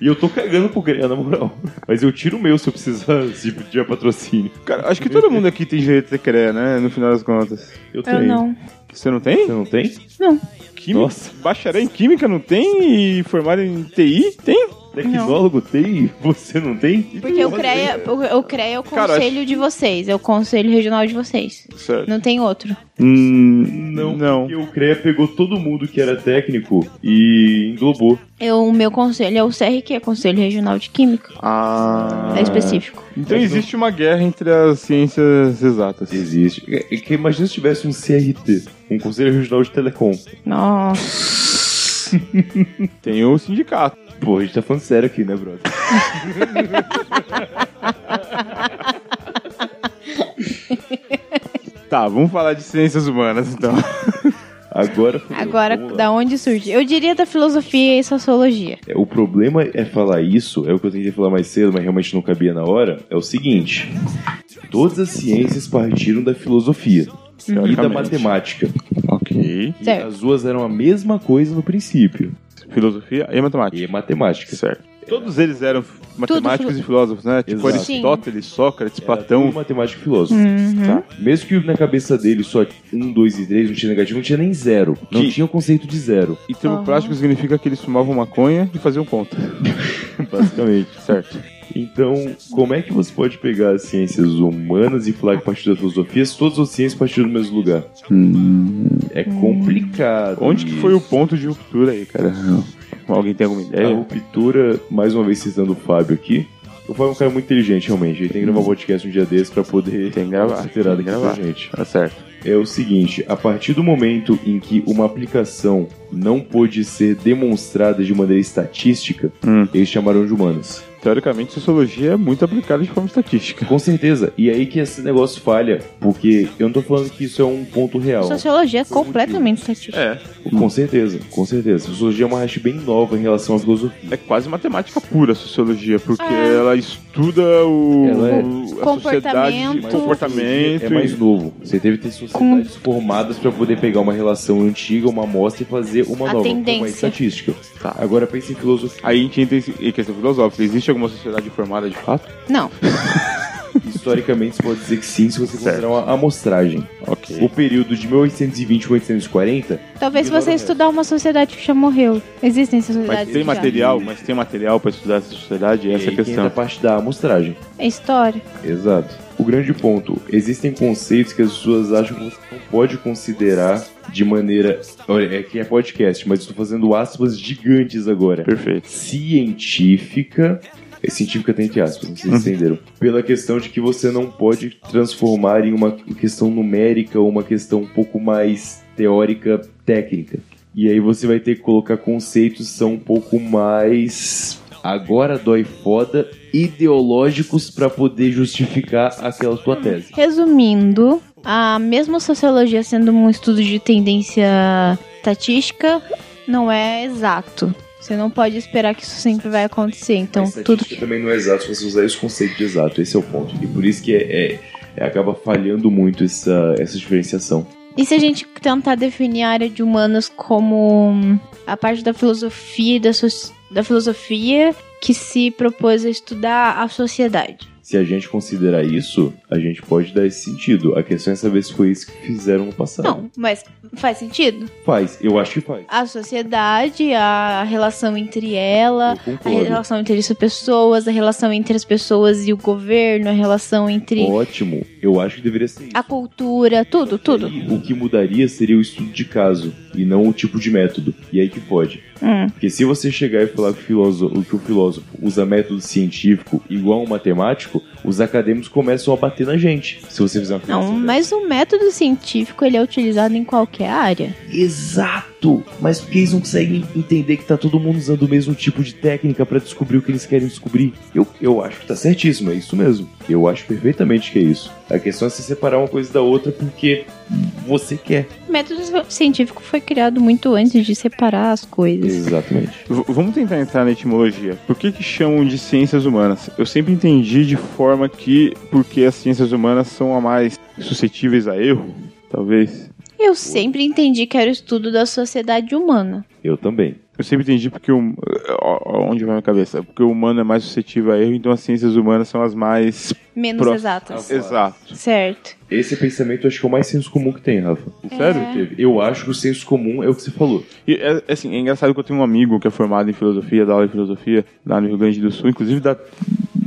Speaker 4: E eu tô cagando pro CREA, na moral. Mas eu tiro o meu se eu precisar se pedir patrocínio.
Speaker 2: Cara, acho que todo mundo aqui tem direito de ter CREA, né? No final das contas.
Speaker 4: Eu tenho.
Speaker 3: Eu não.
Speaker 2: Você não tem?
Speaker 4: Você não tem?
Speaker 2: Química?
Speaker 4: Nossa.
Speaker 2: Bacharel em Química não tem? E formado em TI? Tem?
Speaker 4: Tecnólogo tem? Então, Você não tem?
Speaker 3: Porque o CREA, o, o CREA é o
Speaker 2: Cara,
Speaker 3: conselho de vocês, é o conselho regional de vocês.
Speaker 2: Certo.
Speaker 3: Não tem outro.
Speaker 2: Hum,
Speaker 4: Não,
Speaker 2: Não.
Speaker 4: porque o CREA pegou todo mundo que era técnico e englobou.
Speaker 3: Eu, o meu conselho é o CRQ, Conselho Regional de Química,
Speaker 2: Ah.
Speaker 3: é específico.
Speaker 2: Então
Speaker 4: Mas não-
Speaker 2: existe uma guerra entre as ciências exatas.
Speaker 4: Existe. É que imagina se tivesse um CRT, um Conselho Regional de Telecom.
Speaker 3: Nossa.
Speaker 2: Tem o sindicato.
Speaker 4: Pô, a gente tá falando sério aqui, né, brother?
Speaker 2: Tá, vamos falar de ciências humanas então.
Speaker 4: Agora, fodeu.
Speaker 3: Agora,
Speaker 4: Vamos lá.
Speaker 3: da onde surge? Eu diria da filosofia e sociologia.
Speaker 4: É, O problema é falar isso, é o que eu tentei falar mais cedo, mas realmente não cabia na hora. É o seguinte: todas as ciências partiram da filosofia e da
Speaker 2: Teoricamente.
Speaker 4: matemática.
Speaker 2: Ok.
Speaker 4: E
Speaker 3: Certo.
Speaker 4: as duas eram a mesma coisa no princípio.
Speaker 2: Filosofia e matemática.
Speaker 4: E matemática.
Speaker 2: Certo. Todos eles eram matemáticos
Speaker 3: filo-
Speaker 2: e filósofos, né? Tipo
Speaker 4: Exato.
Speaker 2: Aristóteles, Sócrates,
Speaker 4: Era tudo
Speaker 2: Platão.
Speaker 4: matemática e filósofo. Tá. Mesmo que na cabeça dele só 1, 2 e 3 não tinha negativo, não tinha nem zero. Não
Speaker 2: Que-
Speaker 4: tinha o conceito de zero,
Speaker 2: E termo
Speaker 3: Aham.
Speaker 2: prático significa que eles fumavam maconha e faziam conta.
Speaker 4: basicamente.
Speaker 2: Certo.
Speaker 4: Então, como é que você pode pegar as ciências humanas e falar que partiu da filosofia se todas as ciências partiram do mesmo lugar? É complicado.
Speaker 2: Onde que
Speaker 4: isso.
Speaker 2: foi o ponto de ruptura aí, cara? Alguém tem alguma
Speaker 4: É, a
Speaker 2: ideia?
Speaker 4: ruptura, mais uma vez citando o Fábio aqui. O Fábio é um cara muito inteligente, realmente. Ele tem que gravar um podcast um dia desses pra poder
Speaker 2: Tem que gravar,
Speaker 4: considerar
Speaker 2: tem que
Speaker 4: daqui pra
Speaker 2: gravar.
Speaker 4: gente.
Speaker 2: Tá certo.
Speaker 4: É o seguinte, a partir do momento em que uma aplicação não pôde ser demonstrada de maneira estatística,
Speaker 2: Hum.
Speaker 4: eles chamaram de humanas.
Speaker 2: Teoricamente, sociologia é muito aplicada de forma estatística.
Speaker 4: Com certeza. E aí que esse negócio falha, porque eu não tô falando que isso é um ponto real.
Speaker 3: Sociologia é completamente estatística.
Speaker 2: É.
Speaker 4: Com certeza, com certeza. A sociologia é uma racha bem nova em relação à filosofia.
Speaker 2: É quase matemática pura a sociologia, porque
Speaker 3: É.
Speaker 2: ela estuda o,
Speaker 4: Ela é-
Speaker 2: o- a sociedade,
Speaker 3: Comportamento.
Speaker 2: comportamento.
Speaker 4: É mais novo. Você teve que ter sociedades formadas para poder pegar uma relação antiga, uma amostra e fazer uma
Speaker 3: A
Speaker 4: nova,
Speaker 3: tendência.
Speaker 4: uma estatística.
Speaker 2: Tá.
Speaker 4: Agora pense em filosofia.
Speaker 2: Aí a gente entra em em questão filosófica. Existe alguma sociedade formada de fato?
Speaker 3: Não.
Speaker 4: Historicamente, você pode dizer que sim, se você
Speaker 2: Certo.
Speaker 4: considerar uma amostragem.
Speaker 2: Ok.
Speaker 4: O período de 1820 a 1840,
Speaker 3: Talvez
Speaker 4: Ignora o
Speaker 3: você
Speaker 4: resto.
Speaker 3: estudar uma sociedade que já morreu. Existem sociedades
Speaker 2: Mas tem
Speaker 3: que já.
Speaker 2: material, mas tem material pra estudar essa sociedade?
Speaker 4: é
Speaker 2: Essa é a
Speaker 4: aí que entra a
Speaker 2: questão.
Speaker 4: parte da amostragem.
Speaker 3: É história.
Speaker 4: Exato. O grande ponto, existem conceitos que as pessoas acham que você não pode considerar de maneira... Olha, é que é podcast, mas estou fazendo aspas gigantes agora.
Speaker 2: Perfeito.
Speaker 4: científica. é Científica tem entre aspas, não sei se entenderam. Pela questão de que você não pode transformar em uma questão numérica ou uma questão um pouco mais teórica, técnica. E aí você vai ter que colocar conceitos que são um pouco mais. Agora dói foda, ideológicos pra poder justificar aquela sua tese.
Speaker 3: Resumindo, a mesma sociologia sendo um estudo de tendência estatística não é exato. Você não pode esperar que isso sempre vai acontecer. Então,
Speaker 4: A
Speaker 3: tudo
Speaker 4: estatística
Speaker 3: que.
Speaker 4: também não é exato se você usar esse conceito de exato, esse é o ponto. E por isso que é, é- é- acaba falhando muito essa, essa diferenciação.
Speaker 3: E se a gente tentar definir a área de humanas como hum, a parte da filosofia e da, soci- da filosofia que se propôs a estudar a sociedade?
Speaker 4: Se a gente considerar isso, a gente pode dar esse sentido. A questão é saber se foi isso que fizeram no passado.
Speaker 3: Não, mas faz sentido?
Speaker 4: Faz, eu acho que faz.
Speaker 3: A sociedade, a relação entre ela,
Speaker 4: Eu
Speaker 3: a
Speaker 4: concordo.
Speaker 3: relação entre as pessoas, a relação entre as pessoas e o governo, a relação entre
Speaker 4: Ótimo, eu acho que deveria ser isso.
Speaker 3: a cultura, tudo, Ah, tudo.
Speaker 4: E O que mudaria seria o estudo de caso e não o tipo de método. E aí que pode.
Speaker 3: Hum.
Speaker 4: Porque se você chegar e falar que o filósofo, que o filósofo usa método científico igual a um matemático, os acadêmicos começam a bater na gente. Se você fizer uma
Speaker 3: Não,
Speaker 4: afirmação
Speaker 3: mas o método científico ele é utilizado em qualquer área.
Speaker 4: dessa. Exato! muito, mas porque eles não conseguem entender que tá todo mundo usando o mesmo tipo de técnica pra descobrir o que eles querem descobrir. Eu, eu acho que tá certíssimo, é isso mesmo. Eu acho perfeitamente que é isso. A questão é se separar uma coisa da outra porque você quer.
Speaker 3: O método científico foi criado muito antes de separar as coisas.
Speaker 4: Exatamente.
Speaker 2: V- vamos tentar entrar na etimologia. Por que, que chamam de ciências humanas? Eu sempre entendi de forma que porque as ciências humanas são a mais suscetíveis a erro, talvez.
Speaker 3: Eu sempre entendi que era o estudo da sociedade humana.
Speaker 4: Eu também.
Speaker 2: Eu sempre entendi porque o, ó, ó, onde vai minha cabeça? Porque o humano é mais suscetível a erro, então as ciências humanas são as mais
Speaker 3: Menos
Speaker 2: Pro-
Speaker 3: exatas.
Speaker 4: Ah,
Speaker 2: exato.
Speaker 3: Certo.
Speaker 4: Esse pensamento eu acho que é o mais senso comum que tem, Rafa.
Speaker 2: Sério?
Speaker 4: Teve. Eu acho que o senso comum é o que você falou.
Speaker 2: E é, é assim, é engraçado que eu tenho um amigo que é formado em filosofia, dá aula em filosofia lá no Rio Grande do Sul, inclusive dá,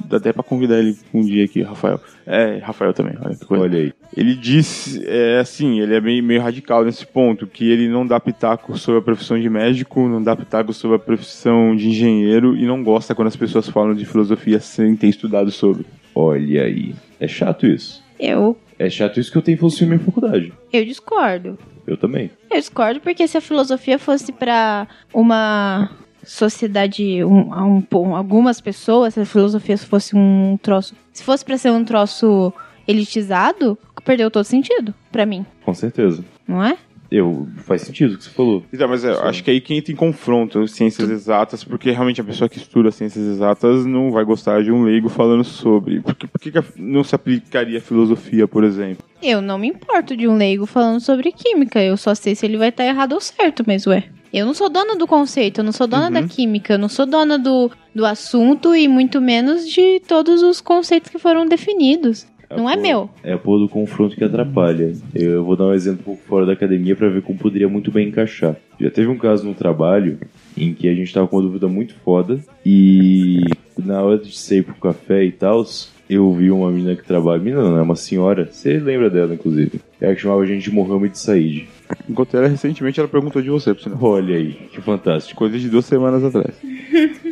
Speaker 2: dá até pra convidar ele um dia aqui, Rafael. É, Rafael também, olha que coisa.
Speaker 4: Olha aí.
Speaker 2: Ele diz, é, assim, ele é meio, meio radical nesse ponto, que ele não dá pitaco sobre a profissão de médico, não dá pitaco sobre a profissão de engenheiro e não gosta quando as pessoas falam de filosofia sem ter estudado sobre.
Speaker 4: Olha aí. É chato isso.
Speaker 3: Eu,
Speaker 4: É chato isso que eu tenho filosofia na minha faculdade.
Speaker 3: eu discordo.
Speaker 4: Eu também.
Speaker 3: Eu discordo porque se a filosofia fosse pra uma sociedade, um, um, um- algumas pessoas, se a filosofia fosse um troço, se fosse pra ser um troço elitizado, perdeu todo sentido pra mim,
Speaker 4: Com certeza.
Speaker 3: não é?
Speaker 4: Eu, faz sentido o que você falou.
Speaker 2: Então, mas eu
Speaker 4: Sim.
Speaker 2: acho que aí quem tem confronto as ciências exatas, porque realmente a pessoa que estuda ciências exatas não vai gostar de um leigo falando sobre. Por que, por que que a- não se aplicaria a filosofia, por exemplo?
Speaker 3: Eu não me importo de um leigo falando sobre química, eu só sei se ele vai estar errado ou certo, mas ué. Eu não sou dona do conceito, eu não sou dona
Speaker 2: Uhum.
Speaker 3: da química, eu não sou dona do, do assunto e muito menos de todos os conceitos que foram definidos. não é
Speaker 4: porra-
Speaker 3: meu.
Speaker 4: É a porra do confronto que atrapalha. Eu, eu vou dar um exemplo um pouco fora da academia pra ver como poderia muito bem encaixar. Já teve um caso no trabalho em que a gente tava com uma dúvida muito foda e na hora de sair pro café e tal, eu vi uma menina que trabalha. Menina, não, é uma senhora. Você lembra dela, inclusive. Ela que chamava a gente de Mohamed Said.
Speaker 2: Enquanto ela recentemente ela perguntou de você, por sinal.
Speaker 4: Olha aí, que fantástico.
Speaker 2: Coisa de duas semanas atrás.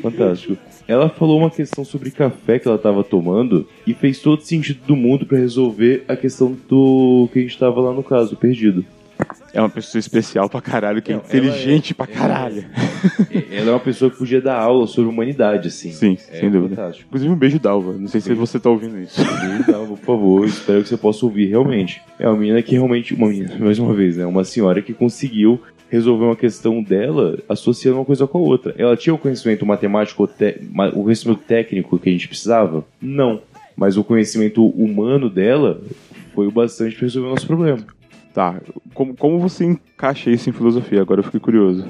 Speaker 4: Fantástico. Ela falou uma questão sobre café que ela tava tomando e fez todo sentido do mundo pra resolver a questão do que a gente tava lá no caso, perdido.
Speaker 2: É uma pessoa especial pra caralho, que é
Speaker 4: Não, ela
Speaker 2: inteligente pra
Speaker 4: ela
Speaker 2: caralho.
Speaker 4: Ela é uma pessoa que podia dar aula sobre humanidade, assim.
Speaker 2: Sim,
Speaker 4: É
Speaker 2: sem dúvida.
Speaker 4: fantástico.
Speaker 2: Inclusive um beijo, Dalva. Não sei se
Speaker 4: Beijo.
Speaker 2: você tá ouvindo isso.
Speaker 4: Então, por favor, espero que você possa ouvir realmente. É uma menina que realmente. Uma menina, mais uma vez, né? Uma senhora que conseguiu resolver uma questão dela associando uma coisa com a outra. Ela tinha o conhecimento matemático, ou te- ma- o conhecimento técnico que a gente precisava? Não. Mas o conhecimento humano dela foi o bastante pra resolver o nosso problema.
Speaker 2: Tá, como, como você encaixa isso em filosofia? Agora eu fiquei curioso.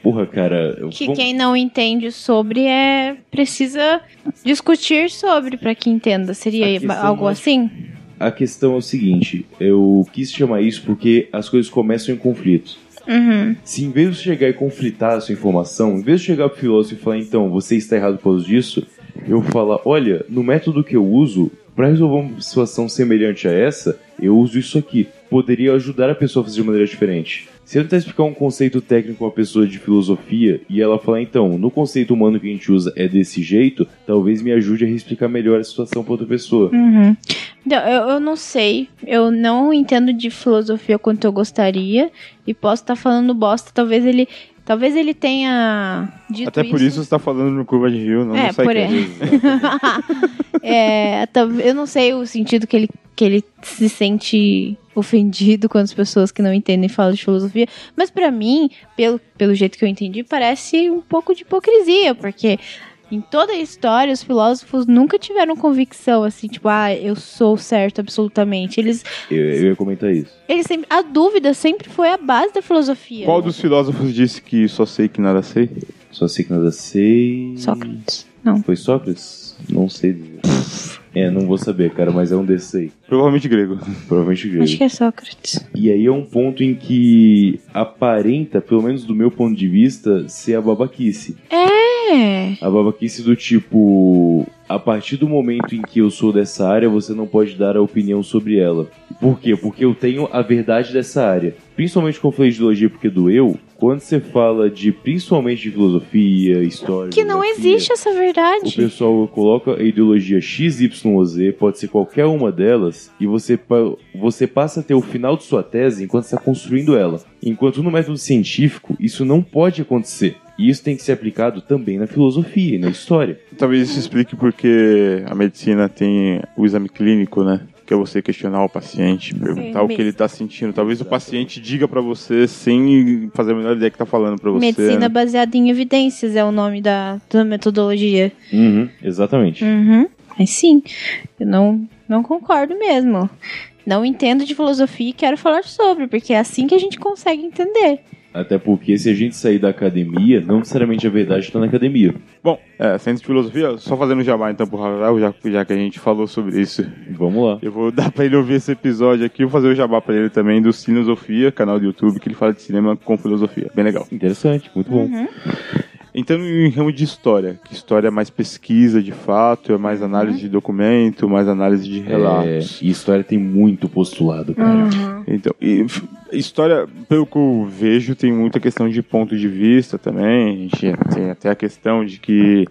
Speaker 4: Porra, cara. eu-
Speaker 3: Que é?
Speaker 4: vamos-
Speaker 3: quem não entende sobre é precisa discutir sobre pra que entenda. Seria
Speaker 4: Aqui são
Speaker 3: algo
Speaker 4: mais-
Speaker 3: assim?
Speaker 4: A questão é o seguinte: eu quis chamar isso porque as coisas começam em conflitos.
Speaker 3: Uhum.
Speaker 4: Se em vez de chegar e conflitar a sua informação, em vez de chegar pro filósofo e falar, então, você está errado por causa disso, eu falar, olha, no método que eu uso, para resolver uma situação semelhante a essa, eu uso isso aqui. Poderia ajudar a pessoa a fazer de maneira diferente. Se eu tentar explicar um conceito técnico pra uma pessoa de filosofia e ela falar, então, no conceito humano que a gente usa é desse jeito, talvez me ajude a explicar melhor a situação pra outra pessoa.
Speaker 3: Uhum. Não, eu, eu não sei. Eu não entendo de filosofia quanto eu gostaria. E posso estar falando bosta. Talvez ele. Talvez ele tenha dito
Speaker 2: Até por isso você tá falando no Curva de Rio, não,
Speaker 3: É,
Speaker 2: não sai
Speaker 3: por-
Speaker 2: querendo.
Speaker 3: É, tal- eu não sei o sentido que ele, que ele se sente ofendido quando as pessoas que não entendem falam de filosofia, mas pra mim, pelo, pelo jeito que eu entendi, parece um pouco de hipocrisia, porque em toda a história os filósofos nunca tiveram convicção assim, tipo, ah, eu sou certo absolutamente. Eles,
Speaker 4: Eu, eu ia comentar isso.
Speaker 3: eles sempre, a dúvida sempre foi a base da filosofia.
Speaker 2: Qual dos filósofos disse que só sei que nada sei?
Speaker 4: Só sei que nada sei.
Speaker 3: Sócrates. Não.
Speaker 4: Foi Sócrates? Não sei. dizer. É, não vou saber, cara, mas é um desses aí.
Speaker 2: Provavelmente grego.
Speaker 4: Provavelmente grego.
Speaker 3: Acho que é Sócrates.
Speaker 4: E aí é um ponto em que aparenta, pelo menos do meu ponto de vista, ser a babaquice.
Speaker 3: É.
Speaker 4: A babaquice do tipo. A partir do momento em que eu sou dessa área, você não pode dar a opinião sobre ela. Por quê? Porque eu tenho a verdade dessa área. Principalmente com eu falei de ideologia, porque do eu, Quando você fala de, principalmente de filosofia, história...
Speaker 3: Que não
Speaker 4: geografia,
Speaker 3: existe essa
Speaker 4: O
Speaker 3: verdade.
Speaker 4: pessoal coloca a ideologia XYZ, pode ser qualquer uma delas, e você, pa- você passa a ter o final de sua tese enquanto está construindo ela. Enquanto no método científico, isso não pode acontecer. E isso tem que ser aplicado também na filosofia e na história.
Speaker 2: Talvez isso explique porque a medicina tem o exame clínico, né? Que é você questionar o paciente, perguntar o que
Speaker 3: mesmo.
Speaker 2: ele tá sentindo. Talvez o paciente diga pra você sem fazer a menor ideia que tá falando pra você.
Speaker 3: Medicina
Speaker 2: né?
Speaker 3: baseada em evidências é o nome da, da metodologia.
Speaker 4: Uhum, exatamente.
Speaker 3: Uhum. Mas sim, eu não, não concordo mesmo. Não entendo de filosofia e quero falar sobre, porque é assim que a gente consegue entender.
Speaker 4: Até porque se a gente sair da academia, não necessariamente a verdade está na academia.
Speaker 2: Bom, é, centro de filosofia, só fazendo jabá então pro Rafael, já, já que a gente falou sobre isso.
Speaker 4: Vamos lá.
Speaker 2: Eu vou dar pra ele ouvir esse episódio aqui, eu vou fazer o jabá pra ele também do Cinosofia, canal do YouTube, que ele fala de cinema com filosofia. Bem legal.
Speaker 4: Interessante, muito bom.
Speaker 2: Entrando em ramo de história, que história é mais pesquisa de fato, é
Speaker 3: Uhum.
Speaker 2: mais análise de documento, mais análise de
Speaker 4: É,
Speaker 2: relatos.
Speaker 4: e história tem muito postulado, cara.
Speaker 2: Então, e f- história, pelo que eu vejo, tem muita questão de ponto de vista também. A gente tem até a questão de que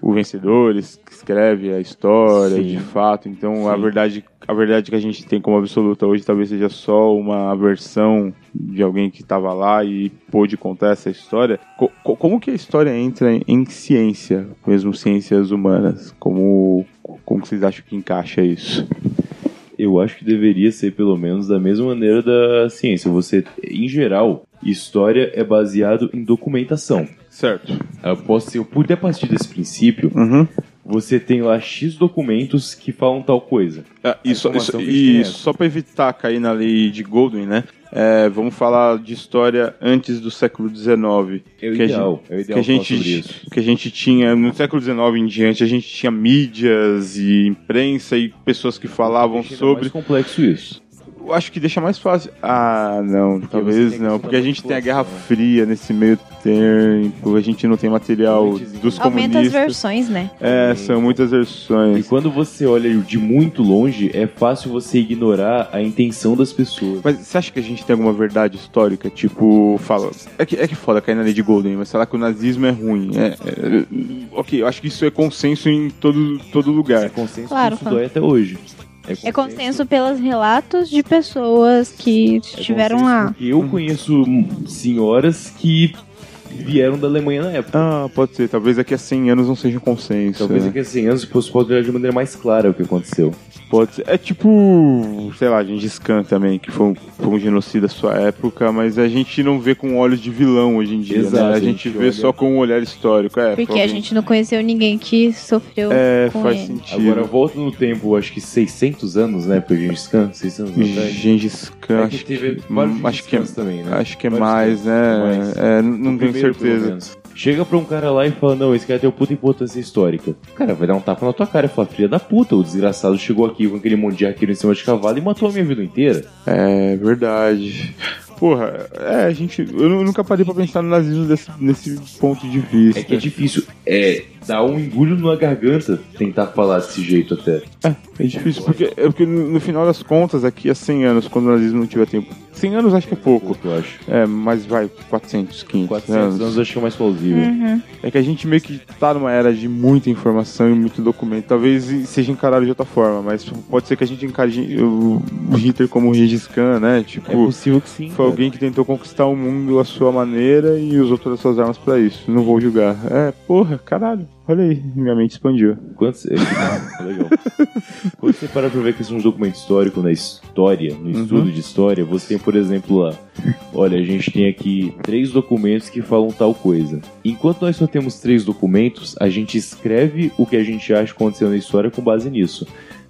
Speaker 2: o vencedor es- escreve a história
Speaker 4: Sim.
Speaker 2: de fato. Então, a
Speaker 4: Sim.
Speaker 2: verdade, a verdade que a gente tem como absoluta hoje talvez seja só uma versão de alguém que estava lá e pôde contar essa história. Co- co- como que a história entra em, em ciência, mesmo ciências humanas? Como como que vocês acham que encaixa isso?
Speaker 4: Eu acho que deveria ser pelo menos da mesma maneira da ciência. Você, em geral, história é baseado em documentação.
Speaker 2: Certo.
Speaker 4: Eu posso, se eu puder partir desse princípio,
Speaker 2: Uhum.
Speaker 4: você tem lá X documentos que falam tal coisa.
Speaker 2: Ah, e só-
Speaker 4: informação
Speaker 2: isso-
Speaker 4: que a gente tem
Speaker 2: e
Speaker 4: é
Speaker 2: só para evitar cair na lei de Goldwyn, né? É, vamos falar de história antes do século XIX,
Speaker 4: É o
Speaker 2: Que a
Speaker 4: ideal. É o
Speaker 2: que
Speaker 4: ideal
Speaker 2: a
Speaker 4: falar
Speaker 2: gente-
Speaker 4: sobre isso.
Speaker 2: que a gente tinha no século XIX em diante a gente tinha mídias e imprensa e pessoas que falavam
Speaker 4: Acho ainda
Speaker 2: sobre.
Speaker 4: mais complexo isso.
Speaker 2: Eu acho que deixa mais fácil. Ah, não,
Speaker 4: Porque você
Speaker 2: talvez
Speaker 4: tem
Speaker 2: não,
Speaker 4: a questão
Speaker 2: porque a
Speaker 4: da
Speaker 2: gente tem a Guerra
Speaker 4: população, né?
Speaker 2: Fria nesse meio tempo, a gente não tem material
Speaker 4: Antes,
Speaker 2: dos
Speaker 3: Aumenta as
Speaker 2: comunistas.
Speaker 3: versões, né?
Speaker 2: É, são muitas
Speaker 4: E
Speaker 2: versões.
Speaker 4: quando você olha de muito longe, é fácil você ignorar a intenção das pessoas.
Speaker 2: Mas você acha que a gente tem alguma verdade histórica? Tipo, fala. É que, é que foda cair na lei de Golden, mas falar que o nazismo é ruim. É, é- ok, eu acho que isso é consenso em todo, todo
Speaker 4: É
Speaker 2: lugar.
Speaker 4: consenso
Speaker 3: Claro,
Speaker 4: que isso
Speaker 3: claro.
Speaker 4: dói até hoje.
Speaker 3: É consenso pelos relatos de pessoas
Speaker 2: É
Speaker 3: que
Speaker 4: É
Speaker 3: estiveram lá.
Speaker 4: Porque né? eu conheço senhoras que vieram da Alemanha na época.
Speaker 2: Ah, pode ser. Talvez daqui a 100 anos não seja consenso.
Speaker 4: Talvez
Speaker 2: né?
Speaker 4: daqui a 100 anos você possa olhar de maneira mais clara o que aconteceu.
Speaker 2: Pode ser. É tipo, sei lá, Gengis Khan também, que foi um, foi um genocida à sua época, mas a gente não vê com olhos de vilão hoje em dia. né?
Speaker 4: Exato,
Speaker 2: A
Speaker 4: a
Speaker 2: gente
Speaker 4: gente
Speaker 2: vê
Speaker 4: olha-
Speaker 2: só com um olhar histórico. É,
Speaker 3: Porque
Speaker 2: foi
Speaker 3: a
Speaker 2: alguém-
Speaker 3: gente não conheceu ninguém que sofreu
Speaker 2: É,
Speaker 3: com
Speaker 2: faz
Speaker 3: ele.
Speaker 2: sentido.
Speaker 4: Agora volta no tempo, acho que 600 anos, né? Porque a gente Khan, 600 anos atrás.
Speaker 2: Gengis Khan,
Speaker 4: É
Speaker 2: acho
Speaker 4: que
Speaker 2: que,
Speaker 4: teve vários
Speaker 2: acho
Speaker 4: Gengis
Speaker 2: que é-
Speaker 4: Khans também, né?
Speaker 2: Acho que é
Speaker 4: Vários
Speaker 2: mais,
Speaker 4: Gengis
Speaker 2: né?
Speaker 4: Khans, mais.
Speaker 2: É, n- não tenho
Speaker 4: O primeiro, pelo
Speaker 2: certeza.
Speaker 4: menos. Chega pra um cara lá e fala, não, esse cara tem uma puta importância histórica. O cara vai dar um tapa na tua cara e fala, filha da puta, o desgraçado chegou aqui com aquele monte de arqueiro em cima de cavalo e matou a minha vida inteira.
Speaker 2: É verdade. Porra, é, a gente. Eu nu- nunca parei pra pensar no nazismo desse, nesse ponto de vista.
Speaker 4: É que é difícil, é, dar um engulho na garganta tentar falar desse jeito até.
Speaker 2: É difícil, porque, é porque no, no final das contas, aqui há 100 anos, quando o nazismo não tiver tempo. 100 anos acho que é pouco.
Speaker 4: eu acho.
Speaker 2: É, mas vai, 400, 500
Speaker 4: 400 anos eu acho que é mais plausível.
Speaker 3: Uhum.
Speaker 2: É que a gente meio que tá numa era de muita informação e muito documento. Talvez seja encarado de outra forma, mas pode ser que a gente encare o o Hitler como o Gengis Khan, né? Tipo,
Speaker 4: É possível que sim.
Speaker 2: Foi alguém que tentou conquistar o mundo à sua maneira e usou todas as suas armas pra isso. Não vou julgar. É, porra, caralho. Olha aí, minha mente expandiu.
Speaker 4: Quando você... né? É Legal. Quando você para pra ver a questão de um documento histórico na história, no estudo de história, você tem, por exemplo, lá. Olha, a gente tem aqui três documentos que falam tal coisa. Enquanto nós só temos três documentos, a gente escreve o que a gente acha que aconteceu na história com base nisso.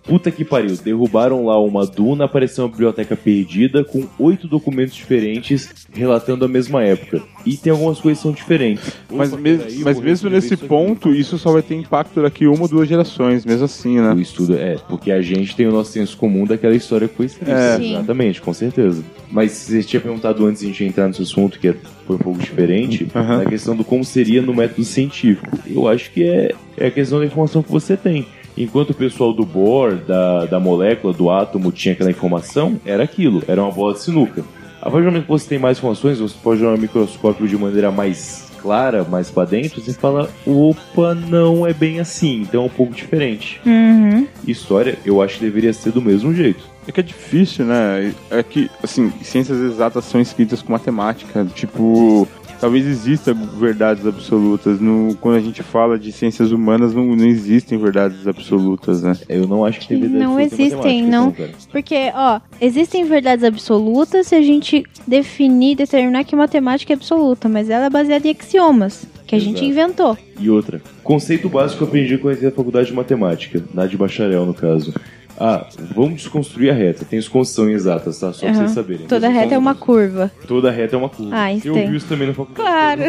Speaker 4: Puta que pariu, derrubaram lá uma duna, apareceu uma biblioteca perdida com oito documentos diferentes relatando a mesma época. E tem algumas coisas que são diferentes.
Speaker 2: Mas,
Speaker 4: Opa,
Speaker 2: mes-
Speaker 4: peraí, eu
Speaker 2: mas
Speaker 4: vou
Speaker 2: mesmo
Speaker 4: reescrever
Speaker 2: nesse
Speaker 4: isso aqui.
Speaker 2: ponto, isso só vai ter impacto daqui uma ou duas gerações, mesmo assim, né?
Speaker 4: O estudo é, porque a gente tem o nosso senso comum daquela história que foi escrita.
Speaker 2: É.
Speaker 3: Sim.
Speaker 4: Exatamente, com certeza. Mas você tinha perguntado antes de a gente entrar nesse assunto, que é- foi um pouco diferente,
Speaker 2: Aham.
Speaker 4: na questão do como seria no método científico. Eu acho que é, é a questão da informação que você tem. Enquanto o pessoal do Bohr, da, da molécula, do átomo, tinha aquela informação, era aquilo, era uma bola de sinuca. A partir do momento que você tem mais funções, você pode olhar um microscópio de maneira mais clara, mais pra dentro, você fala, opa, não é bem assim, então é um pouco diferente.
Speaker 5: Uhum.
Speaker 4: História, eu acho que deveria ser do mesmo jeito.
Speaker 2: É que é difícil, né? É que, assim, ciências exatas são escritas com matemática. Tipo, talvez exista verdades absolutas. No, quando a gente fala de ciências humanas, não, não existem verdades absolutas, né?
Speaker 4: Eu não acho que
Speaker 3: Que
Speaker 4: deveria
Speaker 3: não
Speaker 4: ser do
Speaker 3: existem,
Speaker 4: matemática,
Speaker 3: não.
Speaker 4: então, cara.
Speaker 3: Porque, ó, existem verdades absolutas se a gente definir, determinar que matemática é absoluta, mas ela é baseada em axiomas, que a gente
Speaker 4: Exato.
Speaker 3: inventou.
Speaker 4: E outra. Conceito básico que eu aprendi quando eu entrei na faculdade de matemática, na de bacharel, no caso. Ah, vamos desconstruir a reta. Tem exposição exata, tá? Só pra
Speaker 3: Aham.
Speaker 4: vocês saberem.
Speaker 3: Toda
Speaker 4: Então,
Speaker 3: reta é uma curva.
Speaker 4: Toda reta é uma curva.
Speaker 3: Ah, isso
Speaker 4: eu
Speaker 3: tem.
Speaker 4: vi isso também na faculdade.
Speaker 3: Claro.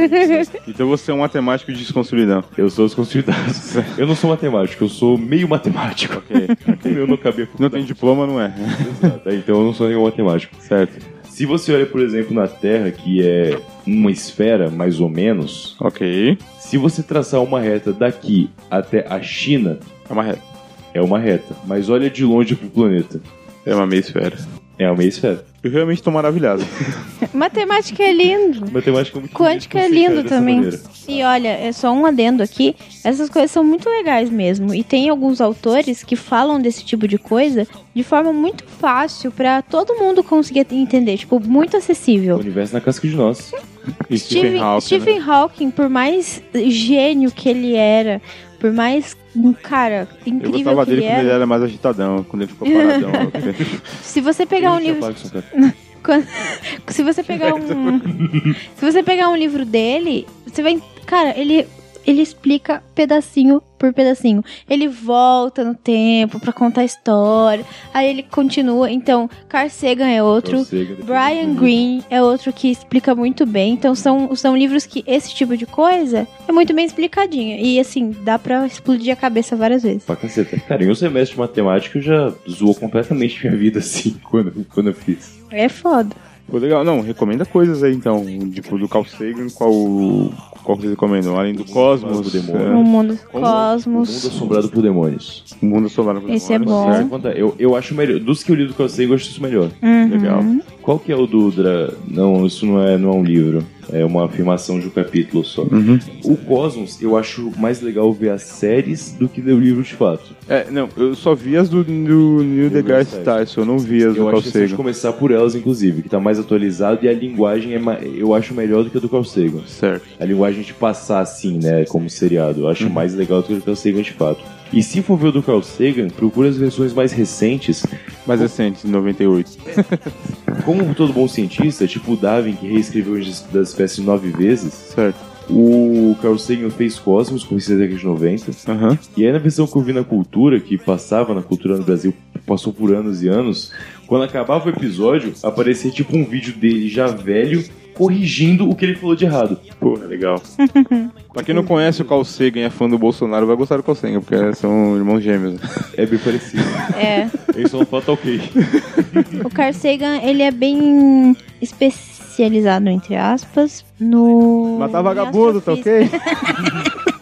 Speaker 2: Então você é um matemático desconstruidão.
Speaker 4: Eu sou desconstruidado. Eu não sou matemático, eu sou meio matemático.
Speaker 2: Ok, ok.
Speaker 4: Eu não cabia
Speaker 2: Não tem diploma, não é.
Speaker 4: Exato, então eu não sou nenhum matemático.
Speaker 2: Certo.
Speaker 4: Se você olha, por exemplo, na Terra, que é uma esfera, mais ou menos,
Speaker 2: Ok. É
Speaker 4: se você traçar uma reta daqui até a China,
Speaker 2: É uma reta.
Speaker 4: é uma reta. Mas olha de longe pro planeta.
Speaker 2: É uma meia esfera.
Speaker 4: É uma meia esfera.
Speaker 2: Eu realmente tô maravilhado.
Speaker 3: Matemática é lindo.
Speaker 4: Matemática é muito
Speaker 3: Quântica é
Speaker 4: difícil de você
Speaker 3: lindo
Speaker 4: encarar dessa
Speaker 3: também.
Speaker 4: maneira.
Speaker 3: E olha, é só um adendo aqui. Essas coisas são muito legais mesmo. E tem alguns autores que falam desse tipo de coisa de forma muito fácil pra todo mundo conseguir entender. Tipo, muito
Speaker 4: O
Speaker 3: acessível.
Speaker 4: universo na casca de nós.
Speaker 2: E Stephen Hawking. né?
Speaker 3: Stephen Hawking, por mais gênio que ele era, por mais um cara
Speaker 2: Eu
Speaker 3: incrível
Speaker 2: gostava
Speaker 3: que
Speaker 2: dele
Speaker 3: ele
Speaker 2: quando ele
Speaker 3: era,
Speaker 2: era mais agitadão, quando ele ficou paradão. ok.
Speaker 3: se você pegar um
Speaker 4: Christian
Speaker 3: livro,
Speaker 4: Clarkson, cara.
Speaker 3: se você pegar um, se você pegar um livro dele, você vai, cara, ele ele explica pedacinho por pedacinho. Ele volta no tempo pra contar a história, aí ele continua. Então, Carl Sagan é outro.
Speaker 4: Carl Sagan, depois
Speaker 3: Brian
Speaker 4: do-
Speaker 3: Greene é outro que explica muito bem. Então são, são livros que esse tipo de coisa é muito bem explicadinha. E assim, dá pra explodir a cabeça várias vezes.
Speaker 4: Pra caceta. Cara, em um semestre de matemática eu já zoou completamente minha vida assim quando, quando eu fiz.
Speaker 3: É foda.
Speaker 2: Pô, legal. Não, recomenda coisas aí então. Tipo, do Carl Sagan, qual, qual que vocês recomendam? Além do Cosmos,
Speaker 4: Do Demônio.
Speaker 2: é,
Speaker 3: O Um mundo
Speaker 2: Como-
Speaker 4: Mundo
Speaker 3: cosmos.
Speaker 4: assombrado por demônios.
Speaker 2: o Mundo Solar. do
Speaker 3: Esse é
Speaker 2: Demônio,
Speaker 3: bom.
Speaker 2: certo?
Speaker 4: Conta, Eu, eu acho melhor. Dos que eu li do Carl Sagan, eu acho isso melhor.
Speaker 3: Uhum.
Speaker 2: Legal.
Speaker 4: Qual que é o do Dra... Não, isso não é, não é um livro. É uma afirmação de um capítulo só.
Speaker 2: Uhum.
Speaker 4: O Cosmos, eu acho mais legal ver as séries do que ler o livro de fato.
Speaker 2: É, não, eu só vi as do, do Neil deGrasse Tyson, eu não vi as do
Speaker 4: eu
Speaker 2: Carl
Speaker 4: acho que você
Speaker 2: Sagan.
Speaker 4: pode começar por elas, inclusive, que tá mais atualizado e a linguagem é ma... eu acho melhor do que a do Carl Sagan.
Speaker 2: Certo.
Speaker 4: A linguagem de passar assim, né, como seriado. Eu
Speaker 2: Uhum.
Speaker 4: acho mais legal do que o do Carl Sagan de fato. E se for ver o do Carl Sagan, procura as versões mais recentes
Speaker 2: Mais é recente, 98.
Speaker 4: Como todo bom cientista, tipo o Darwin, que reescreveu as das espécies nove vezes,
Speaker 2: Certo.
Speaker 4: o Carl Sagan fez Cosmos, com isso da década de 90,
Speaker 2: Aham.
Speaker 4: e aí na versão que eu vi na cultura, que passava na cultura no Brasil, passou por anos e anos, quando acabava o episódio, aparecia tipo um vídeo dele já velho, corrigindo o que ele falou de errado. é
Speaker 2: Porra, legal. pra quem não conhece o Carl Sagan e é fã do Bolsonaro, vai gostar do Carl Sagan, porque são irmãos gêmeos.
Speaker 4: É bem parecido.
Speaker 3: É.
Speaker 4: Ele só não fala tá ok.
Speaker 3: O Carl Sagan, ele é bem especializado, entre aspas, no.
Speaker 2: Matar
Speaker 3: em
Speaker 2: vagabundo, tá
Speaker 3: astrofísica.
Speaker 2: ok?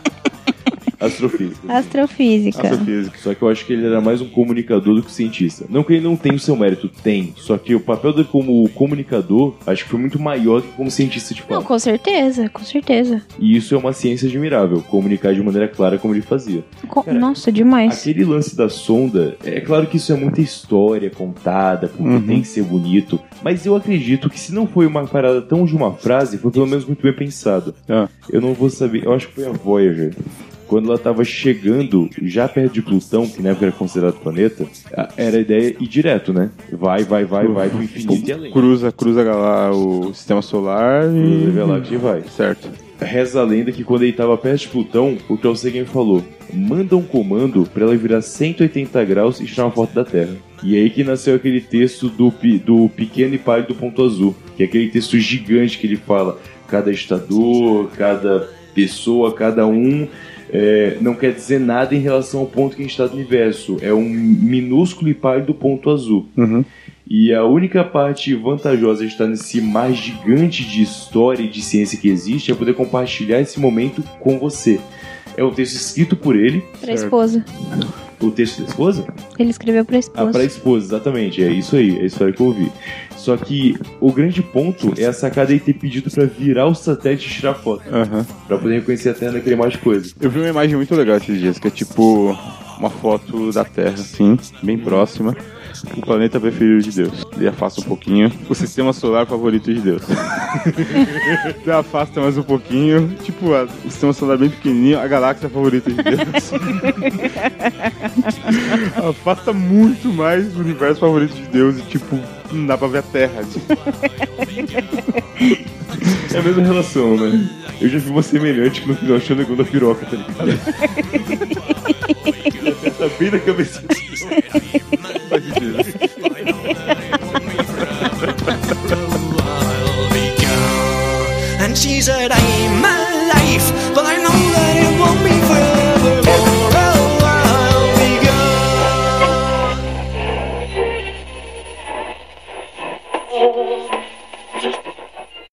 Speaker 4: Astrofísica.
Speaker 3: Astrofísica.
Speaker 2: Astrofísica.
Speaker 4: Só que eu acho que ele era mais um comunicador do que um cientista. Não que ele não tenha o seu mérito, tem. Só que o papel dele como comunicador, acho que foi muito maior do que como cientista de
Speaker 3: Não,
Speaker 4: fato.
Speaker 3: com certeza, com certeza.
Speaker 4: E isso é uma ciência admirável, comunicar de maneira clara como ele fazia.
Speaker 3: Com-
Speaker 4: Cara,
Speaker 3: Nossa, demais.
Speaker 4: Aquele lance da sonda, é claro que isso é muita história contada, porque
Speaker 2: Uhum.
Speaker 4: tem que ser bonito. Mas eu acredito que se não foi uma parada tão de uma frase, foi pelo menos muito bem pensado.
Speaker 2: Ah.
Speaker 4: Eu não vou saber, eu acho que foi a Voyager. Quando ela tava chegando já perto de Plutão, que na época era considerado planeta, a- era a ideia ir direto, né? Vai, vai, vai, vai
Speaker 2: Uhum.
Speaker 4: pro infinito e além.
Speaker 2: Cruza, cruza lá o sistema solar
Speaker 4: Cruza a Via
Speaker 2: e.
Speaker 4: Láctea e é vai.
Speaker 2: Certo.
Speaker 4: Reza a lenda que quando ele tava perto de Plutão, o Carl Sagan falou: manda um comando pra ela virar 180 graus e tirar uma foto da Terra. E aí que nasceu aquele texto do, pe- do pequeno e pálido ponto azul, que é aquele texto gigante que ele fala: cada estador, cada pessoa, cada um. é, não quer dizer nada em relação ao ponto que a gente está do universo. É um minúsculo e pálido ponto azul.
Speaker 2: Uhum.
Speaker 4: E a única parte vantajosa de estar nesse mar gigante de história e de ciência que existe é poder compartilhar esse momento com você. É um texto escrito por ele,
Speaker 3: Pra esposa.
Speaker 4: O texto da esposa?
Speaker 3: Ele escreveu pra
Speaker 4: Ah,
Speaker 3: esposa.
Speaker 4: pra esposa, exatamente. É isso aí, é a história que eu ouvi. Só que o grande ponto é a sacada de ter pedido pra virar o satélite e tirar foto.
Speaker 2: Aham.
Speaker 4: Pra poder reconhecer a Terra naquele mais coisa.
Speaker 2: Eu vi uma imagem muito legal esses dias, que é tipo uma foto da Terra, assim, bem próxima. O planeta preferido de Deus. Ele afasta um pouquinho. O sistema solar favorito de Deus. Ele afasta mais um pouquinho. Tipo, a- o sistema solar bem pequenininho, a galáxia favorita de Deus. afasta muito mais o universo favorito de Deus e, tipo, não dá pra ver a Terra. Tipo,
Speaker 4: É a mesma relação, né? Eu já vi uma semelhante que no final achou o negão da piroca, tá ligado? tá bem na cabeça.
Speaker 2: faz sentido.
Speaker 5: And she said, I'm alive, but I know that it won't be Oh, forever. For a while we go.